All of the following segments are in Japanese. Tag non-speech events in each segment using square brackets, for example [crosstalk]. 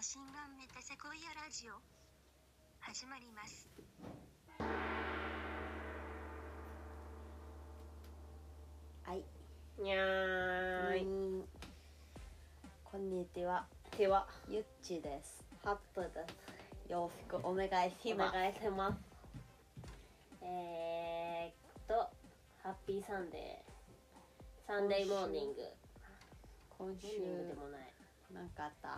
新顔メタセコイアラジオ始まりますはい、にゃーい、うんこんにちは、ではゆっちです。ハップです洋服お願いしおます。願いしますえー、っとハッピーサンデーサンデーモーニング今モーニングで週もないなんかあった。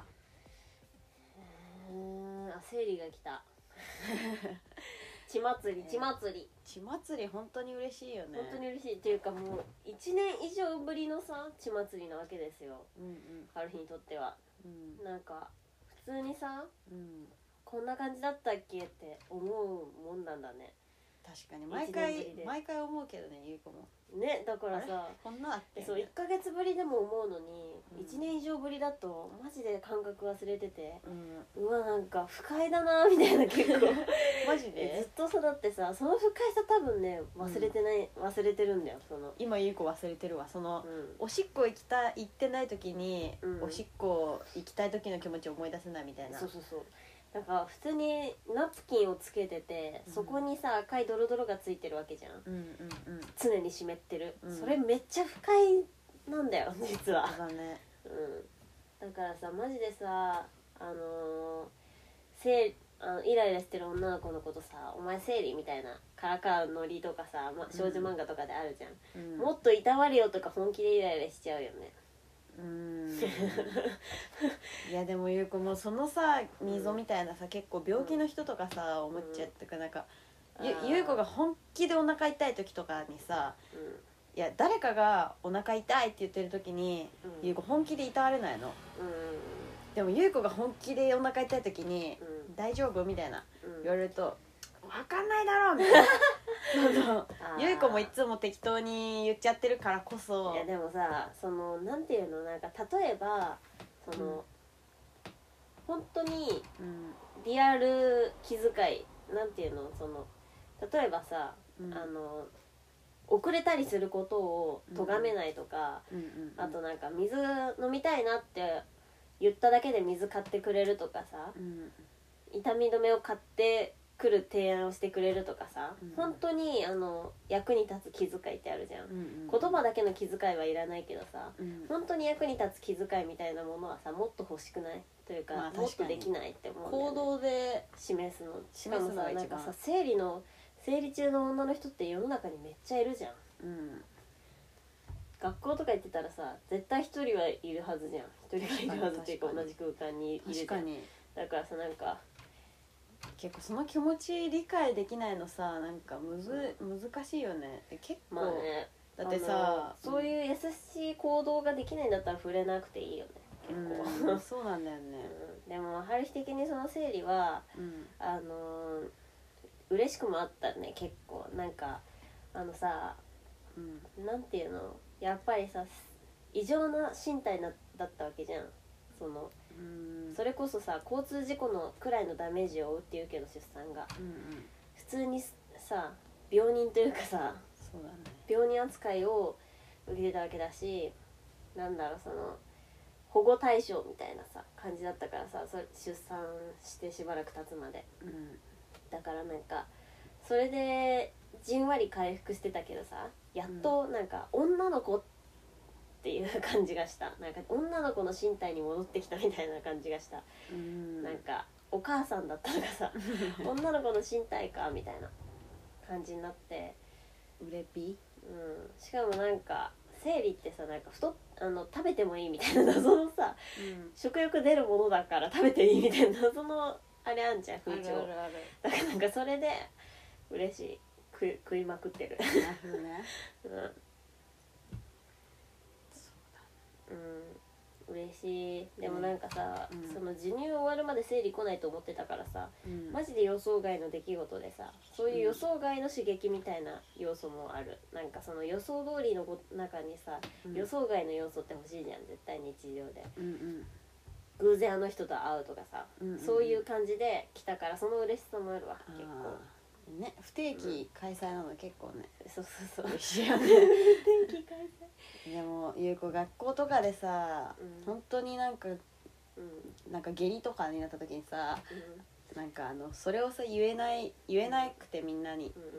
うーんあ生理が来た血祭り血祭り、 [laughs] 血祭り本当に嬉しいよね。本当に嬉しいっていうかもう1年以上ぶりのさ血祭りなわけですようん春日にとってはうんなんか普通にさうんうん。こんな感じだったっけって思うもんなんだね確かに一毎年ぶ回りで毎回思うけどね、ゆいこも。ねだからさこんなだっけ。そう1ヶ月ぶりでも思うのに、うん1年以上ぶりだとマジで感覚忘れててうん。うわなんか不快だなみたいな結 [laughs] 構マジえずでっ。とそうだってさその不快さ多分ね忘れてない、忘れてるんだよその今ゆいこ忘れてるわ。そのうんおしっこ行きたい行ってない時に、うんおしっこ行きたい時の気持ちを思い出せないみたいな。そうそうそうなんか普通にナプキンをつけてて、うんそこにさ赤いドロドロがついてるわけじゃんうんうんうん。常に湿ってる、うんそれめっちゃ不快なんだよ実はそうだね。うん、だからさマジでさあのー、せいあのイライラしてる女の子のことさ「お前生理」みたいなからかうノリとかさ、ま、少女漫画とかであるじゃん、うんもっといたわれよとか本気でイライラしちゃうよねうー [laughs] んいやでもゆう子もうそのさ溝みたいなさ結構病気の人とかさ思っちゃうっていうかなんか、ゆあーゆう子が本気でお腹痛い時とかにさういや誰かがお腹痛いって言ってる時に、うんゆう子本気でいたわれないのんうんでもゆう子が本気でお腹痛い時に「うん大丈夫?」みたいなうん言われると「分かんないだろ」みたい [laughs] なそのあーゆう子もいつも適当に言っちゃってるからこそいやでもさそのなんていうのなんか例えばその、うん本当にうんリアル気遣いなんていうのその例えばさうんあの遅れたりすることを咎めないとか、うんうんうんあとなんか水飲みたいなって言っただけで水買ってくれるとかさうん痛み止めを買ってくる提案をしてくれるとかさ、うん本当にあの役に立つ気遣いってあるじゃん、うんうん言葉だけの気遣いはいらないけどさうん本当に役に立つ気遣いみたいなものはさもっと欲しくないというか,、まあもっ確かとにできないって思うんだよね行動で示すのしか示もすのがさ一な番んかさ生理の生理中の女の人って世の中にめっちゃいるじゃんうん学校とか行ってたらさ絶対一人はいるはずじゃん一人がいるはずっていうか確か同にじ空間にいるじ確ゃかんにだからさなんか結構その気持ち理解できないのさなんかむず難しいよね結構、まあねだってさあのそういう優しい行動ができないんだったら触れなくていいよね結構、うんそうなんだよね [laughs] うんでも春日的にその生理はうんあのー嬉しくもあったね結構なんかあのさうんなんていうのやっぱりさ異常な身体なだったわけじゃんそのうんそれこそさ交通事故のくらいのダメージを負うっていうけど出産がうんうん普通にさ病人というかさそうだね病人扱いを受けてたわけだしなんだろうその保護対象みたいなさ感じだったからさそれ出産してしばらく経つまでうんだからなんかそれでじんわり回復してたけどさやっとなんか女の子っていう感じがしたなんか女の子の身体に戻ってきたみたいな感じがした、うんなんかお母さんだったのが [laughs] さ女の子の身体かみたいな感じになって、うれぴうん、しかもなんか生理ってさなんか太っあの食べてもいいみたいな謎のさうん食欲出るものだから食べていいみたいな謎のあれあんじゃん風潮あるだからなんかそれで嬉しい食い食いまくってる [laughs] なるほどねうんうん嬉しいでもなんかさ、うんその授乳終わるまで生理来ないと思ってたからさうんマジで予想外の出来事でさそういう予想外の刺激みたいな要素もあるなんかその予想通りのご中にさ、うん予想外の要素って欲しいじゃん絶対日常でうんうん偶然あの人と会うとかさ、うんうんうんそういう感じで来たからその嬉しさもあるわあ結構ーね不定期開催なの結構ねそうそうそう嬉しい [laughs] よね天気改善でもゆう子学校とかでさ、うん本当になんかうんなんか下痢とかになった時にさうんなんかあのそれをさ言えない言えなくてみんなにうんうん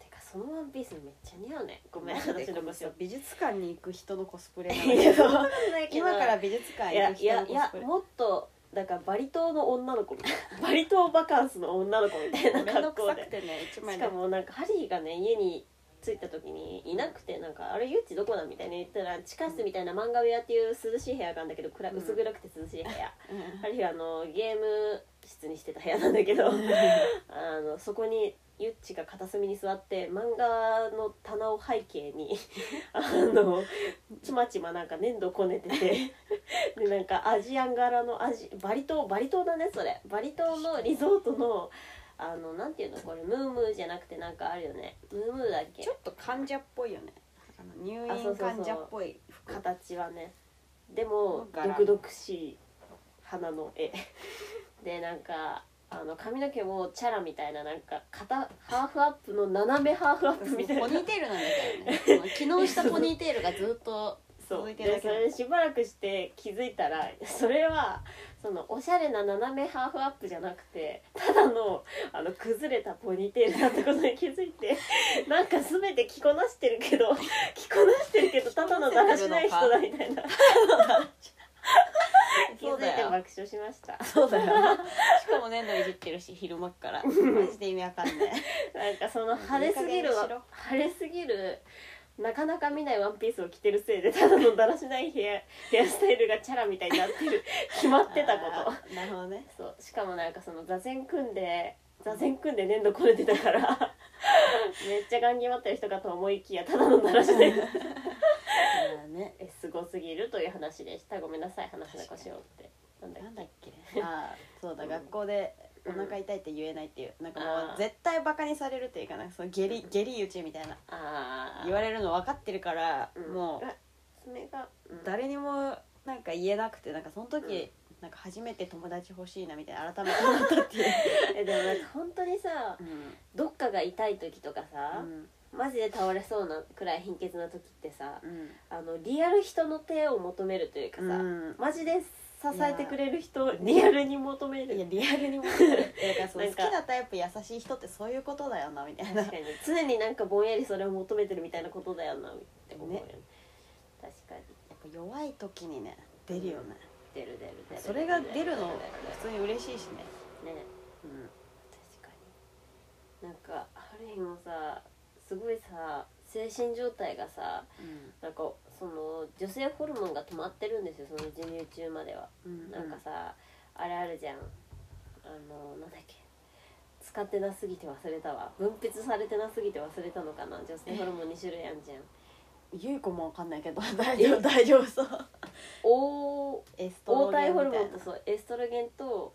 てかそのワンピースめっちゃ似合うねごめんマジで私のこの腰さを美術館に行く人のコスプレなの [laughs] いやそんなけど今から美術館行いやくい人やのいコスやプレもっとだからバリ島の女の子みたいなバリ島バカンスの女の子みたいな面倒格くさ好くでてね一枚しでかもなんかハリーがね家に着いた時にいなくてなんか「あれユッチどこだ?」みたいに言ったら地下室みたいな漫画部屋っていう涼しい部屋があるんだけど暗うん薄暗くて涼しい部屋、うんハリーはあのゲーム室にしてた部屋なんだけどあのそこにユッチが片隅に座って漫画の棚を背景にあのちまちまなんか粘土こねててでなんかアジアン柄のアジバリ島バリ島だねそれバリ島のリゾートのあのなんていうのこれムームーじゃなくてなんかあるよねムームーだっけちょっと患者っぽいよねあの入あそうそう院そ患う者っぽい [laughs] 服形はねでも柄毒々しい花の絵 [laughs] でなんかあの髪の毛もチャラみたいななんか肩ハーフアップの斜めハーフアップみたいなポニーテールなんだけど [laughs] ねその昨日したポニーテールがずっとそう続いてるだでけそなのれしばらくして気づいたらそれはそのおしゃれな斜めハーフアップじゃなくてただのあの崩れたポニーテールだったことに気づいて [laughs] なんか全て着こなしてるけど着こなしてるけどただのだらしない人だみたいな気づいそうてだよ爆笑しましたそうだよしかも粘土いじってるし昼間っからマジで意味わかんない [laughs] なんかその派手すぎるいい加減にしろ派手すぎるなかなか見ないワンピースを着てるせいでただのだらしないヘアヘアスタイルがチャラみたいになってる決まってたこととなるほどねそうしかもなんかその座禅組んで座禅組んで粘土こねてたからめっちゃガン決まってる人かと思いきやただのだらしでまあねえすごすぎるという話でしたごめんなさい話の腰をってなんだっなんけだっけああそうだ、うん学校でお腹痛いって言えないっていうなんかもう絶対バカにされるっていうかなんかその下痢下痢打ちみたいなああ言われるの分かってるから、もう爪が、うん誰にもなんか言えなくてなんかその時、うんなんか初めて友達欲しいなみたいな改めて思ったっ [laughs] ていう、えでもなんか本当にさうどっかが痛い時とかさ、んマジで倒れそうなくらい貧血な時ってさうんあのリアル人の手を求めるというかさ、うんマジで支えてくれる人をリアルに求めいやるリアルにもだからそのな好んきかなタイプ優しい人ってそういうことだよなみたいな確かに常になんかぼんやりそれを求めてるみたいなことだよなって思うよねね確かにやっぱ弱い時にね出るよね、出る出る出るそれが出るの出普通に嬉しいしね、るねうん、確かになんかある日もさすごいさ精神状態がさなんかその女性ホルモンが止まってるんですよその授乳中まではうんなんかさ、あれあるじゃんあのなんだっけ使ってなすぎて忘れたわ分泌されてなすぎて忘れたのかな女性ホルモン2種類あんじゃんゆい子もわかんないけど [laughs] 大丈夫大丈夫 [laughs] そうおエスト黄ロゲ体ンみホたいなルモンとそうエストロゲンと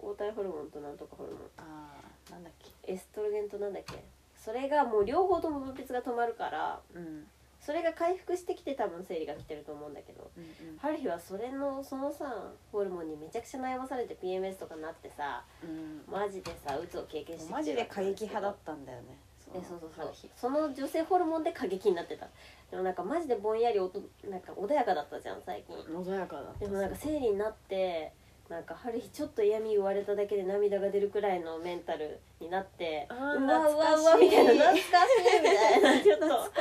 黄体ホルモンとなんとかホルモンあーなんだっけエストロゲンとなんだっけそれがもう両方とも分泌が止まるからうんうんそれが回復してきて多分生理が来てると思うんだけどハルヒはそれのそのさホルモンにめちゃくちゃ悩まされて PMS とかなってさうんマジでさうつを経験してきてるマジで過激派だわっけたんだよねなんですけどえそうそうあるそ日うその女性ホルモンで過激になってたでもなんかマジでぼんやりおとなんか穏やかだったじゃん最近穏やかだったでもなんか生理になってなんか春日ちょっと嫌味言われただけで涙が出るくらいのメンタルになってあうーわうわう懐かしいうわみたいな懐かしいみたいなちょっと懐かし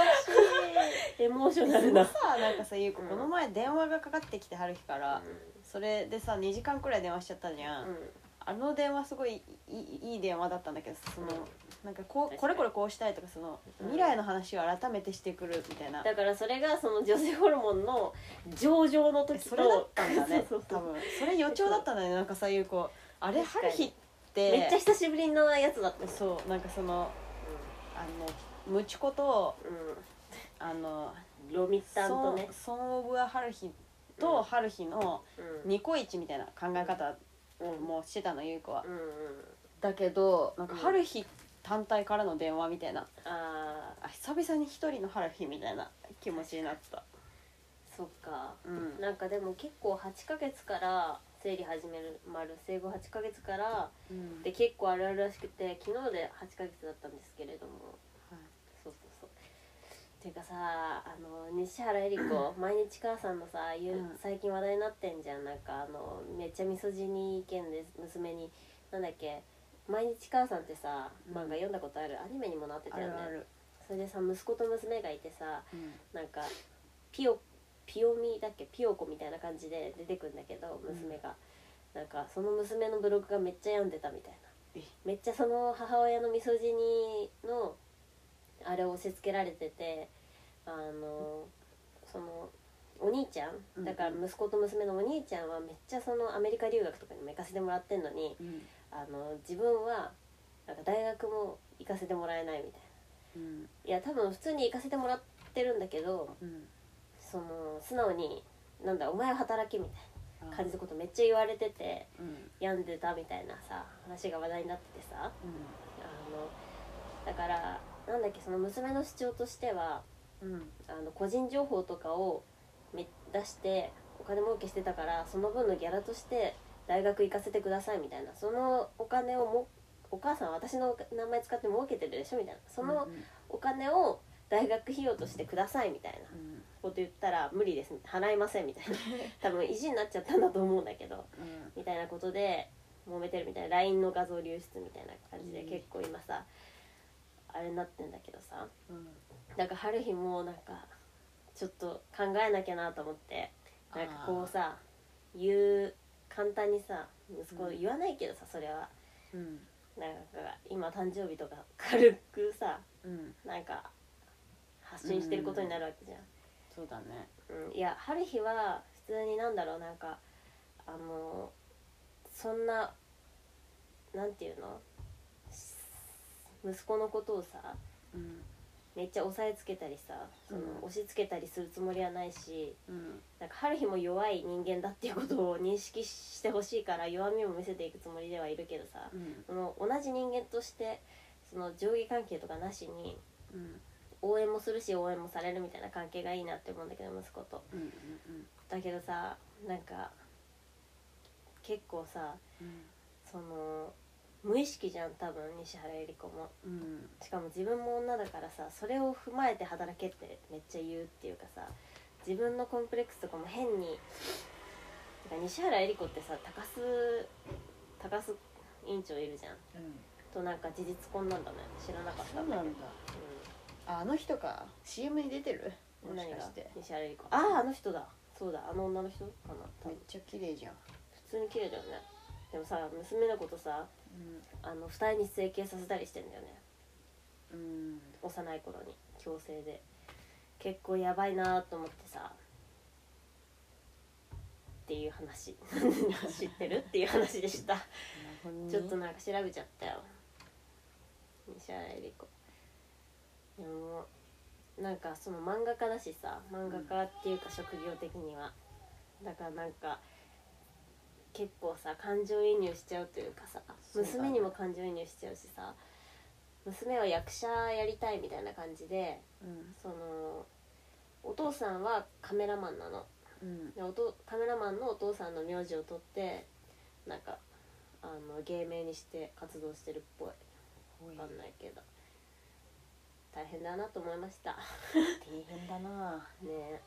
エモーショいナそルのなさなんかさゆい子この前電話がかかってきてはる日からそれでさ2時間くらい電話しちゃったじゃん、あの電話すごいいいいい電話だったんだけどその、うんなんかこ確かうにこれこれこうしたいとかそのうん未来の話を改めてしてくるみたいな、だからそれがその女性ホルモンの上場のえ時とそれだったんだね [laughs] そうそうそ多う分それ予兆だったんだねなんかさゆう子あれ確か春に日ってめっちゃ久しぶりのやつだったそうなんかそのあのムチコとうあのん、ロミッタンソとンね、ソン・オブ・ア・ハルヒとハルヒのうんニコイチみたいな考え方をもうしてたのゆう子はうんうん、だけどなんかうんハルヒ単体からの電話みたいなああ久々に一人のハルヒみたいな気持ちになったーそっかうんなんかでも結構8ヶ月から生理始めるまる生後8ヶ月からうんで結構あるあるらしくて昨日で8ヶ月だったんですけれどもはいそうそうそうていうかさあの西原恵理 [clears throat] 子毎日母さんのさ言ううん最近話題になってんじゃんなんかあのめっちゃみそじに意見です娘になんだっけ毎日母さんってさうん漫画読んだことある、アニメにもなってあたよるねある、それでさ息子と娘がいてさうんなんかピオピオミだっけピオコみたいな感じで出てくんだけどうん娘が、なんかその娘のブログがめっちゃ病んでたみたいえなめっちゃその母親のみそじにのあれを押し付けられててあのそのお兄ちゃうんんだから息子と娘のお兄ちゃんはめっちゃそのアメリカ留学とかにも行かせてもらってんのに、うんあの自分はなんか大学も行かせてもらえないみたいなうんいや多分普通に行かせてもらってるんだけどうんその素直に「なんだお前は働き」みたいあな感じのことめっちゃ言われててうん病んでたみたいなさ話が話題になっててさあのだからなんだっけその娘の主張としてはうんうんあの個人情報とかをめ出してお金儲けしてたからその分のギャラとして大学行かせてくださいみたいなそのお金をもお母さんは私の名前使って儲けてるでしょみたいなそのうんお金を大学費用としてくださいみたいなうんこと言ったら無理です払いませんみ [laughs] たいな多分意地になっちゃったんだと思うんだけどうんみたいなことで揉めてるみたいな LINE の画像流出みたいな感じでうん結構今さあれになってんだけどさ、うんなんか春日もなんかちょっと考えなきゃなと思ってなんかこうさ言う簡単にさ息子うん言わないけどさそれはうんなんか今誕生日とか軽くさうんなんか発信してることになるわけじゃん、そうだねうんいや春日は普通になんだろうなんかあのそんななんていうの息子のことをさうんめっちゃ押さえつけたりさそのうん押し付けたりするつもりはないしうんなんか春日も弱い人間だっていうことを認識してほしいから弱みも見せていくつもりではいるけどさうんその同じ人間としてその上下関係とかなしにうん応援もするし応援もされるみたいな関係がいいなって思うんだけど息子と。うんうんだけどさなんか結構さうんその無意識じゃん多分西原恵理子も。うんしかも自分も女だからさそれを踏まえて働けってめっちゃ言うっていうかさ自分のコンプレックスとかも変にてか西原恵理子ってさ高須高須委員長いるじゃんうんとなんか事実婚なんだね知らなかったそうなんだうああの人か CM に出てるんもし何かがして西原恵理子あああの人だそうだあの女の人かな多めっ分ちゃ綺麗じゃん普通に綺麗だよねでもさ娘のことさあの二重に整形させたりしてんだよねうんうん幼い頃に強制で結構やばいなと思ってさっていう話 [laughs] 知ってるっていう話でした、ちちょょっっととなんか調べちゃったよ西原恵理子でもなんかその漫画家だしさ漫画家っていうか職業的には、だからなんか結構さ感情移入しちゃうというかさそうだね娘にも感情移入しちゃうしさ娘は役者やりたいみたいな感じでうんそのお父さんはカメラマンなのうんでおとカメラマンのお父さんの名字を取ってなんかあの芸名にして活動してるっぽい多いわかんないけど大変だなと思いました大変だなねえ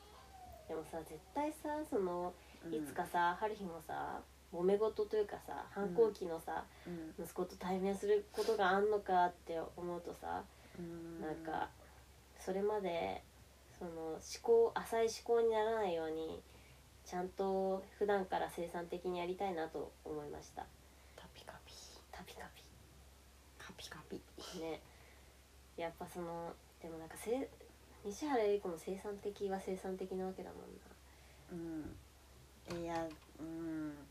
でもさ絶対さそのうんいつかさ、春日もさ揉め事というかさ反抗期のさ、うん息子と対面することがあんのかって思うとさ、うんなんかそれまでその思考浅い思考にならないようにちゃんと普段から生産的にやりたいなと思いましたカピカピカピカカピカピピねやっぱそのでもなんかせ西原恵理子も生産的は生産的なわけだもんなうんいやうん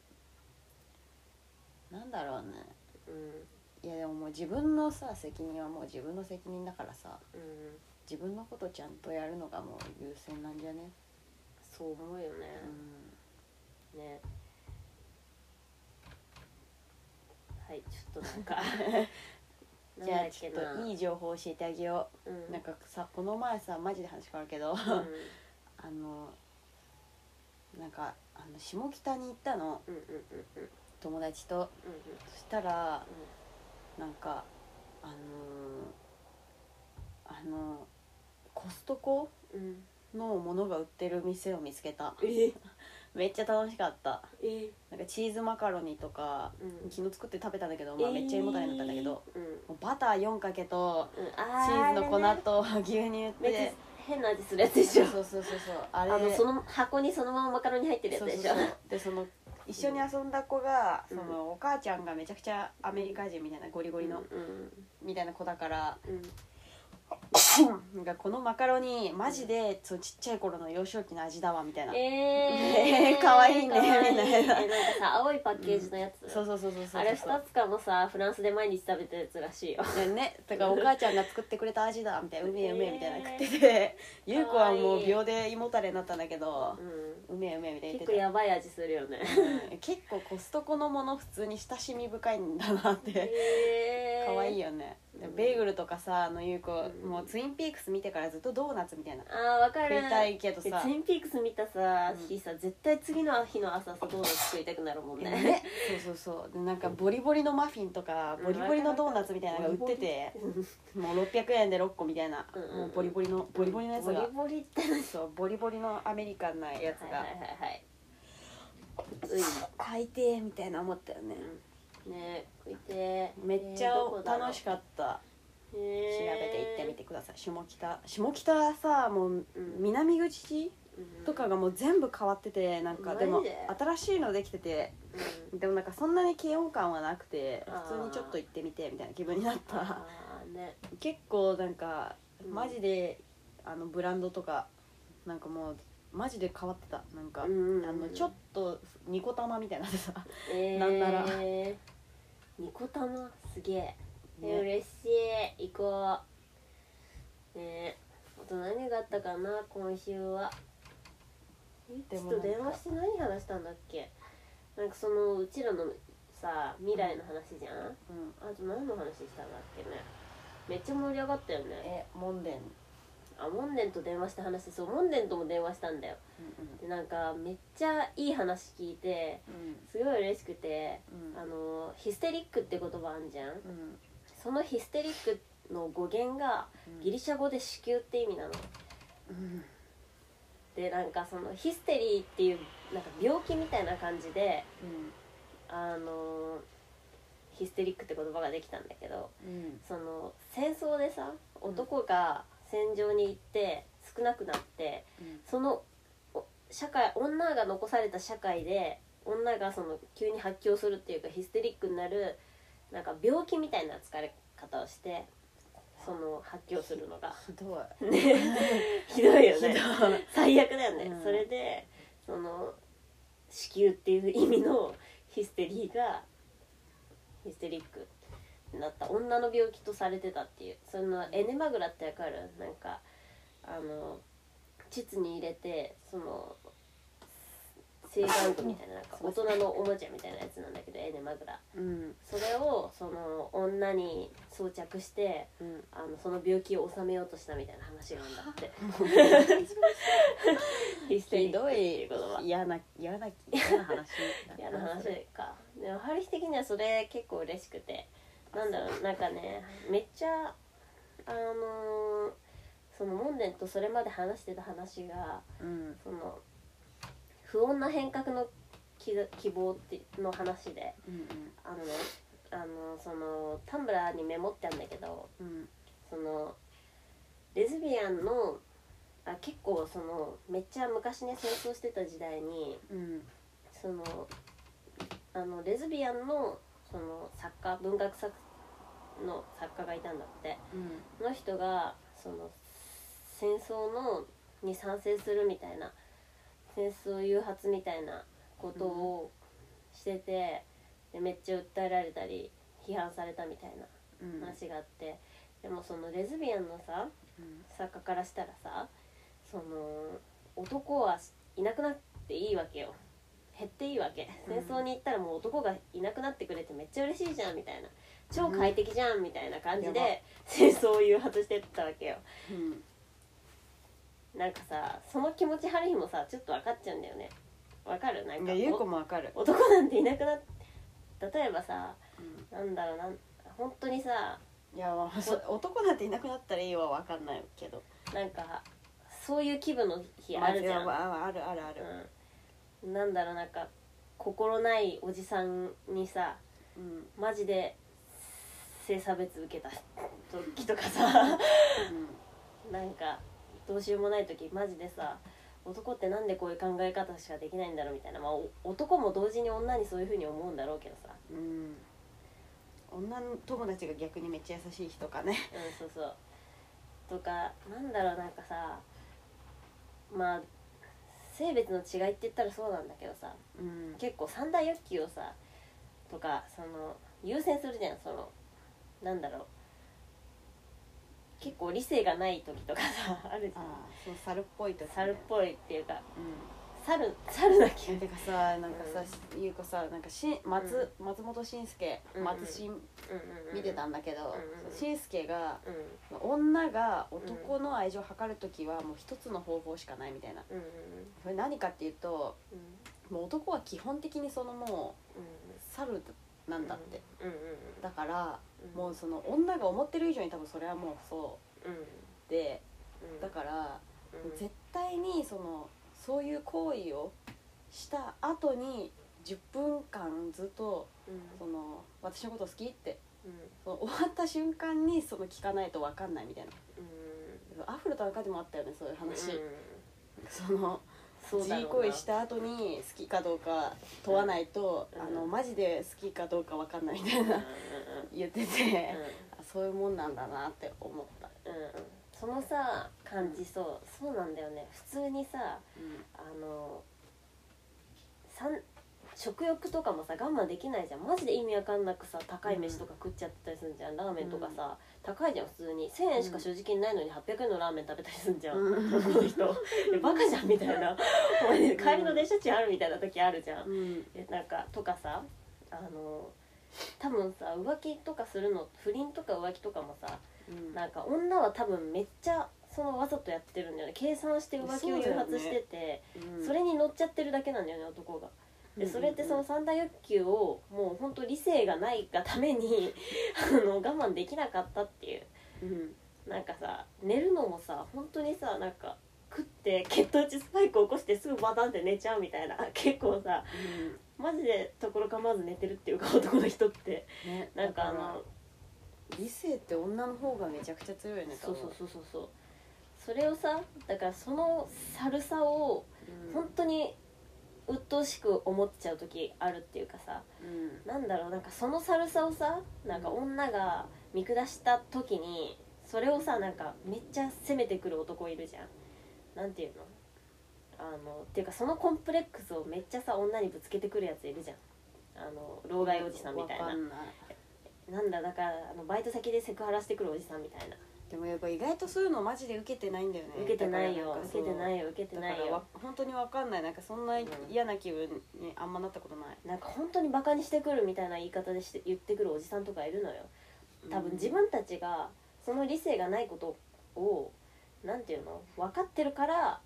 なんだろうねういやでももう自分のさ責任はもう自分の責任だからさんうん自分のことちゃんとやるのがもう優先なんじゃねそう思うよね、うんねはいちょっとなんか [laughs] なんじゃだあっちょけっなといい情報を教えてあげようう、んなんかさこの前さマジで話変わるけど、うんあのなんかあの下北に行ったのうんうんうんうん友達とうんうんそしたらうんなんかあのーあのーコストコうんのものが売ってる店を見つけたえめっちゃ楽しかったえなんかチーズマカロニとかうん昨日作って食べたんだけど、まあ、めっちゃ胃もたれになったんだけど、、えーうんもうバター4かけとうん、チーズの粉あれねと牛乳っめっちゃて変な味するやつでしょそうそうそうそうああれのその箱にそのままマカロニ入ってるやつそうそでうしそょうでその一緒に遊んだ子が、うんそのお母ちゃんがめちゃくちゃアメリカ人みたいなゴリゴリの、うんみたいな子だからうんなんかこのマカロニマジでそうちっちゃい頃の幼少期の味だわみたいな、うんえ [laughs] ー、可愛いね可愛いみたいなえなんかさ青いパッケージのやつ、そうそうそうそうそうあれ2つかもさフランスで毎日食べてるやつらしいよねねだからお母ちゃんが作ってくれた味だみたいなうめえうめえみたいなの食ってて、ゆう子はもう秒で胃もたれになったんだけどううめえうめえみたいんな言っ結構ててやばい味するよ [laughs] ねうん結構コストコのもの普通に親しみ深いんだなってえ可愛いよよねでうんベーグルとかさあのゆう子うんもうツインピークス見てからずっとドーナツみたいなあーわか食るいたいけどえさツインピークス見たさうん日さ絶対次の日の朝さドーナツ食いたくなるもんねね、そうそうそうでなんかボリボリのマフィンとかボリボリのドーナツみたいなのが売っててもう600円で6個みたいなうんうんうんもうボリボリのボリボリのやつボがリボリってやそうボリボリのアメリカンなやつはいはがいはいはいうい最低みたいな思ったよねね食いてめっちゃ楽しかった調調べべて行ってみてください下北下北はさもう南口とかがもう全部変わっててなんかマでジでも新しいのできててでもなんかそんなに嫌悪感はなくてあー普通にちょっと行ってみてみたいな気分になったああね結構なんかうんマジであのブランドとかなんかもうマジで変わってたなんかあうんうんうんのちょっとニコ玉みたいなさ [laughs] えーなんならニコ玉すげええね嬉しい行こうねえあと何があったかな今週はえでちもょなっんとか電話して何話したんだっけなんかそのうちらのさ未来の話じゃんうんあと何の話したんだっけねめっちゃ盛り上がったよねえモンデンあモンデンと電話した話そうモンデンとも電話したんだよでなんかめっちゃいい話聞いてうすごい嬉しくてんうんあのヒステリックって言葉あんじゃんうんそのヒステリックの語源がギリシャ語で子宮って意味なのうんでなんかそのヒステリーっていうなんか病気みたいな感じであのヒステリックって言葉ができたんだけどうんその戦争でさ男が戦場に行って少なくなってそのお社会女が残された社会で女がその急に発狂するっていうかヒステリックになるなんか病気みたいな疲れ方をしてその発狂するのがひどひどいいよねい最悪だよね、うんそれでその子宮っていう意味のヒステリーがヒステリックになった女の病気とされてたっていうそのエネマグラってわかるなんかあの膣に入れてその性玩具みたいななんか大人のおもちゃみたいなやつなんだけどエネマグラうんそれをその女に装着してうんあのその病気を治めようとしたみたいな話があるんだってヒステリ [laughs] ひックっどていい [laughs] う言葉嫌な嫌な嫌な話嫌な話かでも春日的にはそれ結構嬉しくてなんだろうなんかねめっちゃあのーそのモンデンとそれまで話してた話がうんその不穏な変革の希希望っての話でうんあのねあのそのタンブラーにメモってあるんだけどうんうんそのレズビアンのあ結構そのめっちゃ昔ね戦争してた時代にうんそのあのレズビアンのその作家文学作の作家がいたんだってうんその人がその戦争のに賛成するみたいな戦争誘発みたいなことをしてて、でめっちゃ訴えられたり批判されたみたいなうん話があって、でもそのレズビアンのさうん作家からしたらさその男はいなくなっていいわけよ減っていいわけうん戦争に行ったらもう男がいなくなってくれてめっちゃ嬉しいじゃんみたいな超快適じゃんみたいな感じやばで戦争を誘発してったわけようんなんかさその気持ち春日もさちょっと分かっちゃうんだよねわかるなんいかやゆう子もわかるお男なんていなくなっ例えばさうんなんだろうなん本当にさいやまあそ男なんていなくなったらいいはわかんないけどなんかそういう気分の日あるじゃん、まああるあるある、うん、なんだろうなんか心ないおじさんにさうんマジで性差別受けた時とかさ [laughs] なんかどうしようもない時マジでさ男ってなんでこういう考え方しかできないんだろうみたいな、まあ、お男も同時に女にそういうふうに思うんだろうけどさ、うん、うん、女の友達が逆にめっちゃ優しい人かねうん、そうそうとかなんだろうなんかさまあ性別の違いって言ったらそうなんだけどさうん結構三大欲求をさとかその優先するじゃんそのなんだろう結構理性がない時とかさあるじあゃんあそう猿っぽいと猿っぽいっていうかう猿猿だっん、けてかさなんかさ、ゆうこさなんかしん松,、松本慎介うん松慎、見てたんだけどうんうん慎介、がうん女が男の愛情を図る時はもう一つの方法しかないみたいなうんうんそれ何かっていうとうんもう男は基本的にそのもうう猿なんんだって、うんうんだからうんもうその女が思ってる以上に多分それはもうそうんうんうでだかから絶対にそのそういう行為をした後に10分間ずっとうんその私のこと好きってうんその終わった瞬間にその聞かないと分かんないみたいなうんアフロと赤でもあったよねそういう話、うんそのそうだろう G な行為した後に好きかどうか問わないと、うんあのマジで好きかどうか分かんないみたい [laughs] な言ってて、うんうんうんあそういうもんなんだなって思った、うんそのさ感じそうそうなんだよね普通にさあのさん食欲とかもさ我慢できないじゃんマジで意味わかんなくさ高い飯とか食っちゃってたりするじゃん、ラーメンとかさ、高いじゃん普通に1000円しか所持金ないのに800円のラーメン食べたりするじゃん、うんこの人えバカじゃんみたいなお前 [laughs] ね帰りの電車賃あるみたいな時あるじゃん、うんえなんかとかさあの多分さ浮気とかするの不倫とか浮気とかもさうんなんか女は多分めっちゃそのわざとやってるんだよね計算して浮気を誘発してて、うんそれに乗っちゃってるだけなんだよね男が。でそれってその三大欲求をもう本当理性がないがために [laughs] あの我慢できなかったっていううんなんかさ寝るのもさ本当にさなんか食って血糖値スパイク起こしてすぐバタンって寝ちゃうみたいな結構さマジでところ構わず寝てるっていうか男の人って [laughs] ねなんかだあらの理性って女の方がめちゃくちゃ強いよねそうそうそうそうそうそれをさだからその猿さ多を本分当に鬱陶しく思っちゃう時あるっていうかさうんうんなんだろうなんかその猿さをさなんか女が見下した時にそれをさなんかめっちゃ責めてくる男いるじゃんなんていうのあのっていうかそのコンプレックスをめっちゃさ女にぶつけてくるやついるじゃんあの老害おじさんみたいわなかんなんだだからあのバイト先でセクハラしてくるおじさんみたいなでもやっぱ意外とそういうのマジで受けてないんだよね受けてないだよからんか受けてないよ受けてだかないらわよ本当にわかんないなんかそんな嫌な気分にあんまなったことないなんか本当にバカにしてくるみたいな言い方でして言ってくるおじさんとかいるのよ多分自分たちがその理性がないことをなんていうの分かってるから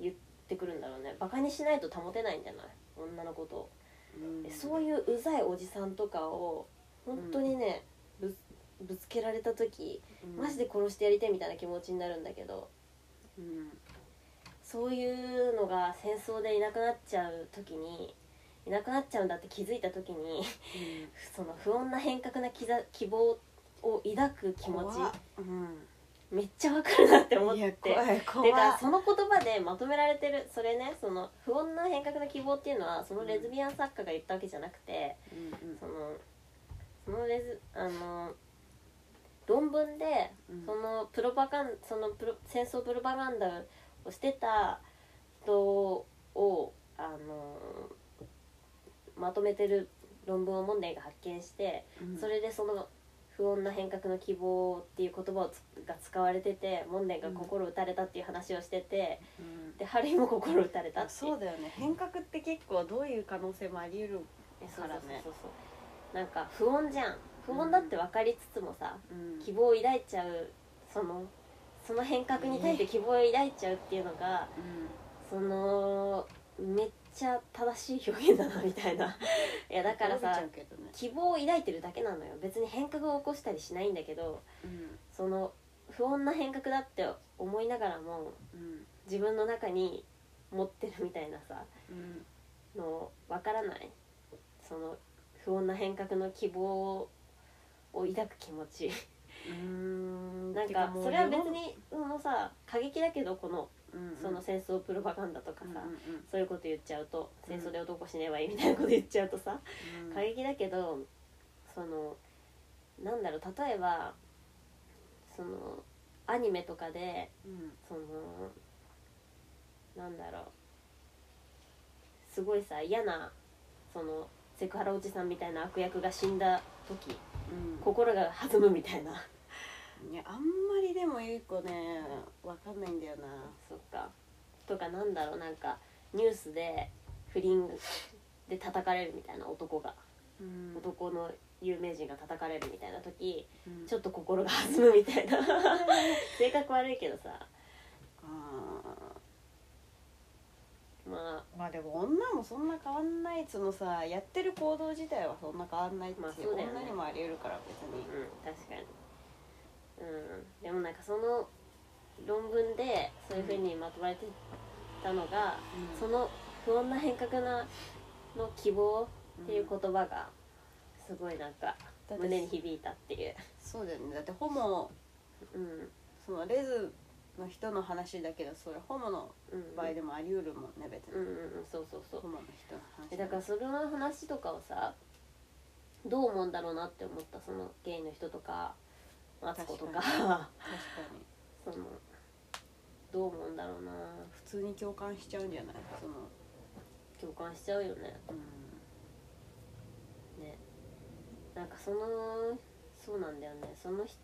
言ってくるんだろうねバカにしないと保てないんじゃない女のことを、うんえそういううざいおじさんとかを本当にね、ぶぶつけられた時うんマジで殺してやりたいみたいな気持ちになるんだけどうんそういうのが戦争でいなくなっちゃう時にいなくなっちゃうんだって気づいた時に [laughs] その不穏な変革なきざ希望を抱く気持ち怖っうんめっちゃわかるなって思っいてや怖い怖ていかその言葉でまとめられてるそれねその不穏な変革の希望っていうのはそのレズビアン作家が言ったわけじゃなくて、うんうんそのそのレズあの論文でうんそのプロパガンそのプロ戦争プロパガンダをしてた人をあのまとめてる論文を問題が発見して、うんそれでその不穏な変革の希望っていう言葉をつが使われてて門田が心打たれたっていう話をしてて、うんで春井も心打たれたっていうそうだよね変革って結構どういう可能性もあり得るえそうだねそうそうそうそうなんか不穏じゃん不穏だって分かりつつもさ、うん希望を抱いちゃうそのその変革に対して希望を抱いちゃうっていうのが、うんそのめっちゃ正しい表現だなみたいな [laughs] いやだから滅びちさゃうけどね希望を抱いてるだけなのよ別に変革を起こしたりしないんだけどうんその不穏な変革だって思いながらもうん自分の中に持ってるみたいなさうんのわからないその不穏な変革の希望を抱く気持ちうんなんてかかもうそれは別にもうさ過激だけどこの日本その戦争プロパガンダとかうんうんさうんそういうこと言っちゃうとうん戦争で男死ねばいいみたいなこと言っちゃうとさうん過激だけどそのなんだろう例えばそのアニメとかでうんそのなんだろうすごいさ嫌なそのセクハラおじさんみたいな悪役が死んだ時うん心が弾むみたいないやあんまりでもゆい子ねわかんないんだよなそっかとかなんだろうなんかニュースで不倫で叩かれるみたいな男がうん男の有名人が叩かれるみたいな時うんちょっと心が弾むみた [laughs] いな性格悪いけどさあまあーまあでも女もそんな変わんないそのさやってる行動自体はそんな変わんないって、まあそうだよね女にもあり得るから別にうん確かにうんでもなんかその論文でそういうふうにまとまれてたのが、うんその不穏な変革なの希望っていう言葉がすごいなんかだって胸に響いたっていう、そうだよねだってホモうんそのレズの人の話だけどそれホモのうん、場合でもあり得るもんね別に、うんうんうんそうそうそうホモの人のえ話だからそれの話とかをさどう思うんだろうなって思ったそのゲイの人とかマツコとか確かにそのどう思うんだろうな普通に共感しちゃうんじゃないその共感しちゃうよねうんねなんかそのそうなんだよねそのひ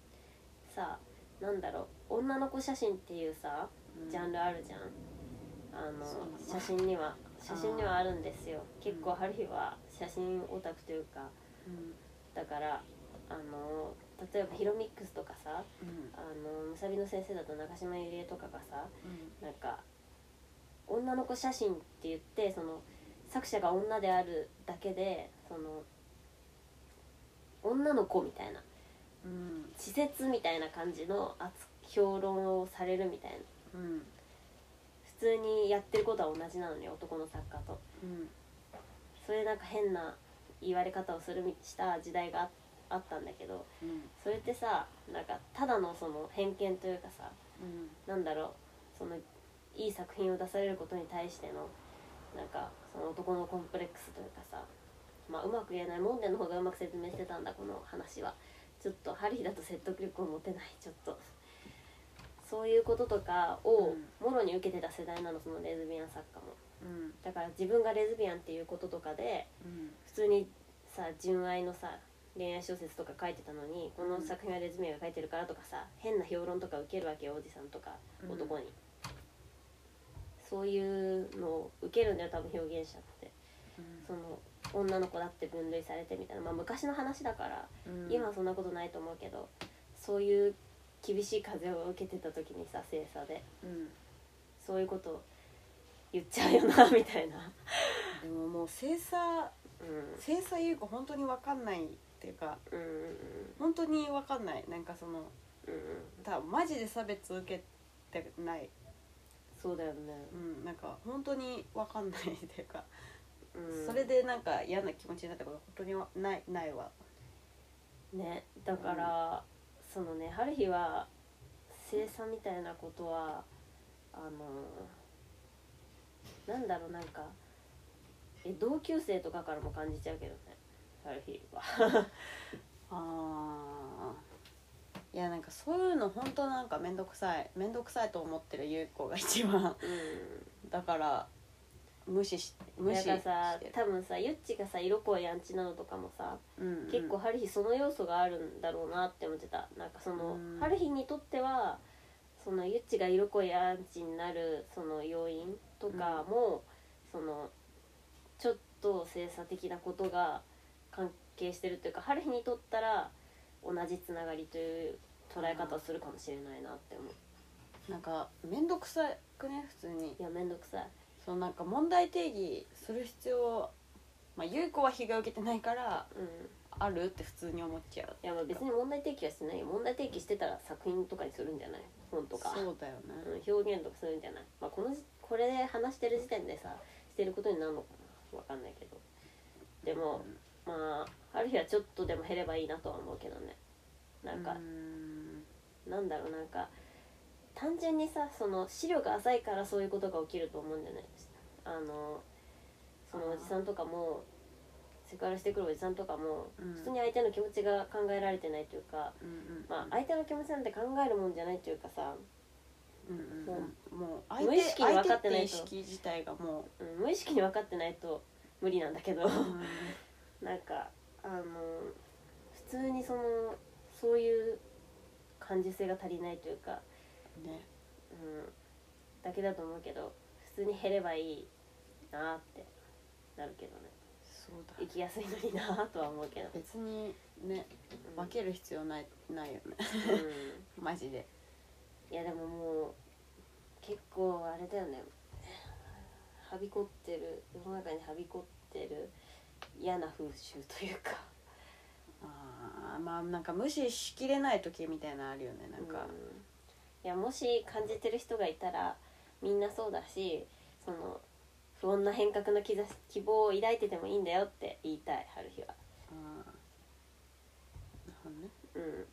さなんだろう女の子写真っていうさジャンルあるじゃんあのそうなんだ写真には写真にはあるんですよ結構春日は写真オタクというかうんだからあの例えばヒロミックスとかさうんあのむさびの先生だと中島ゆりえとかがさうんなんか女の子写真って言ってその作者が女であるだけでその女の子みたいなうん稚拙みたいな感じの扱評論をされるみたいなうん普通にやってることは同じなのに男の作家とうんそれなんか変な言われ方をするみした時代がああったんだけどうんそれってさなんかただのその偏見というかさうんなんだろうそのいい作品を出されることに対してのなんかその男のコンプレックスというかさ、まあ、うまく言えないモンデの方がうまく説明してたんだこの話はちょっとハリーだと説得力を持てないちょっとそういうこととかをもろに受けてた世代なのそのレズビアン作家もうんだから自分がレズビアンっていうこととかでうん普通にさ純愛のさ恋愛小説とか書いてたのにこの作品はレズミアが書いてるからとかさ変な評論とか受けるわけよおじさんとかうん男に、そういうのを受けるんだよ多分表現者ってその女の子だって分類されてみたいなまあ昔の話だから、うん今はそんなことないと思うけどそういう厳しい風を受けてた時にさ精査でうんそういうこと言っちゃうよなみたいな、でももう精査う精査優子本当にわかんないっていうかん、うんうん本当にわかんないなんかそのうんうん多分マジで差別受けてないそうだよねうんなんか本当にわかんないっていうか、うんそれでなんか嫌な気持ちになったこと本当にはないないわねだから、そのね春日は生産みたいなことはあのなんだろうなんかえ同級生とかからも感じちゃうけどね春日はあーいやなんかそういうの本当なんか面倒くさい面倒くさいと思ってる優子が一番 [laughs] うだから無視し無ん視だしかてらさる多分さゆっちがさ色恋やんちなのとかもさ、うん結構春日その要素があるんだろうなって思ってたなんかその、うん春日にとってはそのゆっちが色恋アンチになるその要因とかも、そのちょっと精査的なことが関係してるというか春日にとったら同じつながりという捉え方をするかもしれないなって思う、なんか面倒くさくね普通にいやめんどくさいそのなんか問題定義する必要まあ優子は被害を受けてないからうん、あるって普通に思っちゃういやまあ別に問題提起はしてないよ問題提起してたら作品とかにするんじゃない本とかそうだよね、うん、表現とかするんじゃない、まあ、このじこれで話してる時点でさしてることになるのかなわかんないけどでもまあある日はちょっとでも減ればいいなとは思うけどねなんかうー、んなんだろうなんか単純にさその資料が浅いからそういうことが起きると思うんじゃないあのそのおじさんとかもセクハラしてくるおじさんとかも、うん普通に相手の気持ちが考えられてないというか、うんうんまあ、相手の気持ちなんて考えるもんじゃないというかさ、うんうんうんもう相無意手識に分か相っ手てっなてい意と識自体がもうん、無意識に分かってないと無理なんだけど。う、[laughs] うんなんかあの普通にそのそういう感受性が足りないというか、 [laughs] ねうん、だけだと思うけど普通に減ればいいなってなるけどねそうだ生きやすいのになとは思うけど、別にねうん分ける必要ないないよねう [laughs] マジでん、いやでももう結構あれだよねはびこってる世の中にはびこってる嫌な風習というかあーまあなんか無視しきれない時みたいなのあるよねなんか、いやもし感じてる人がいたらみんなそうだしその不穏な変革の兆し希望を抱いててもいいんだよって言いたい春日はあーなるほどねうん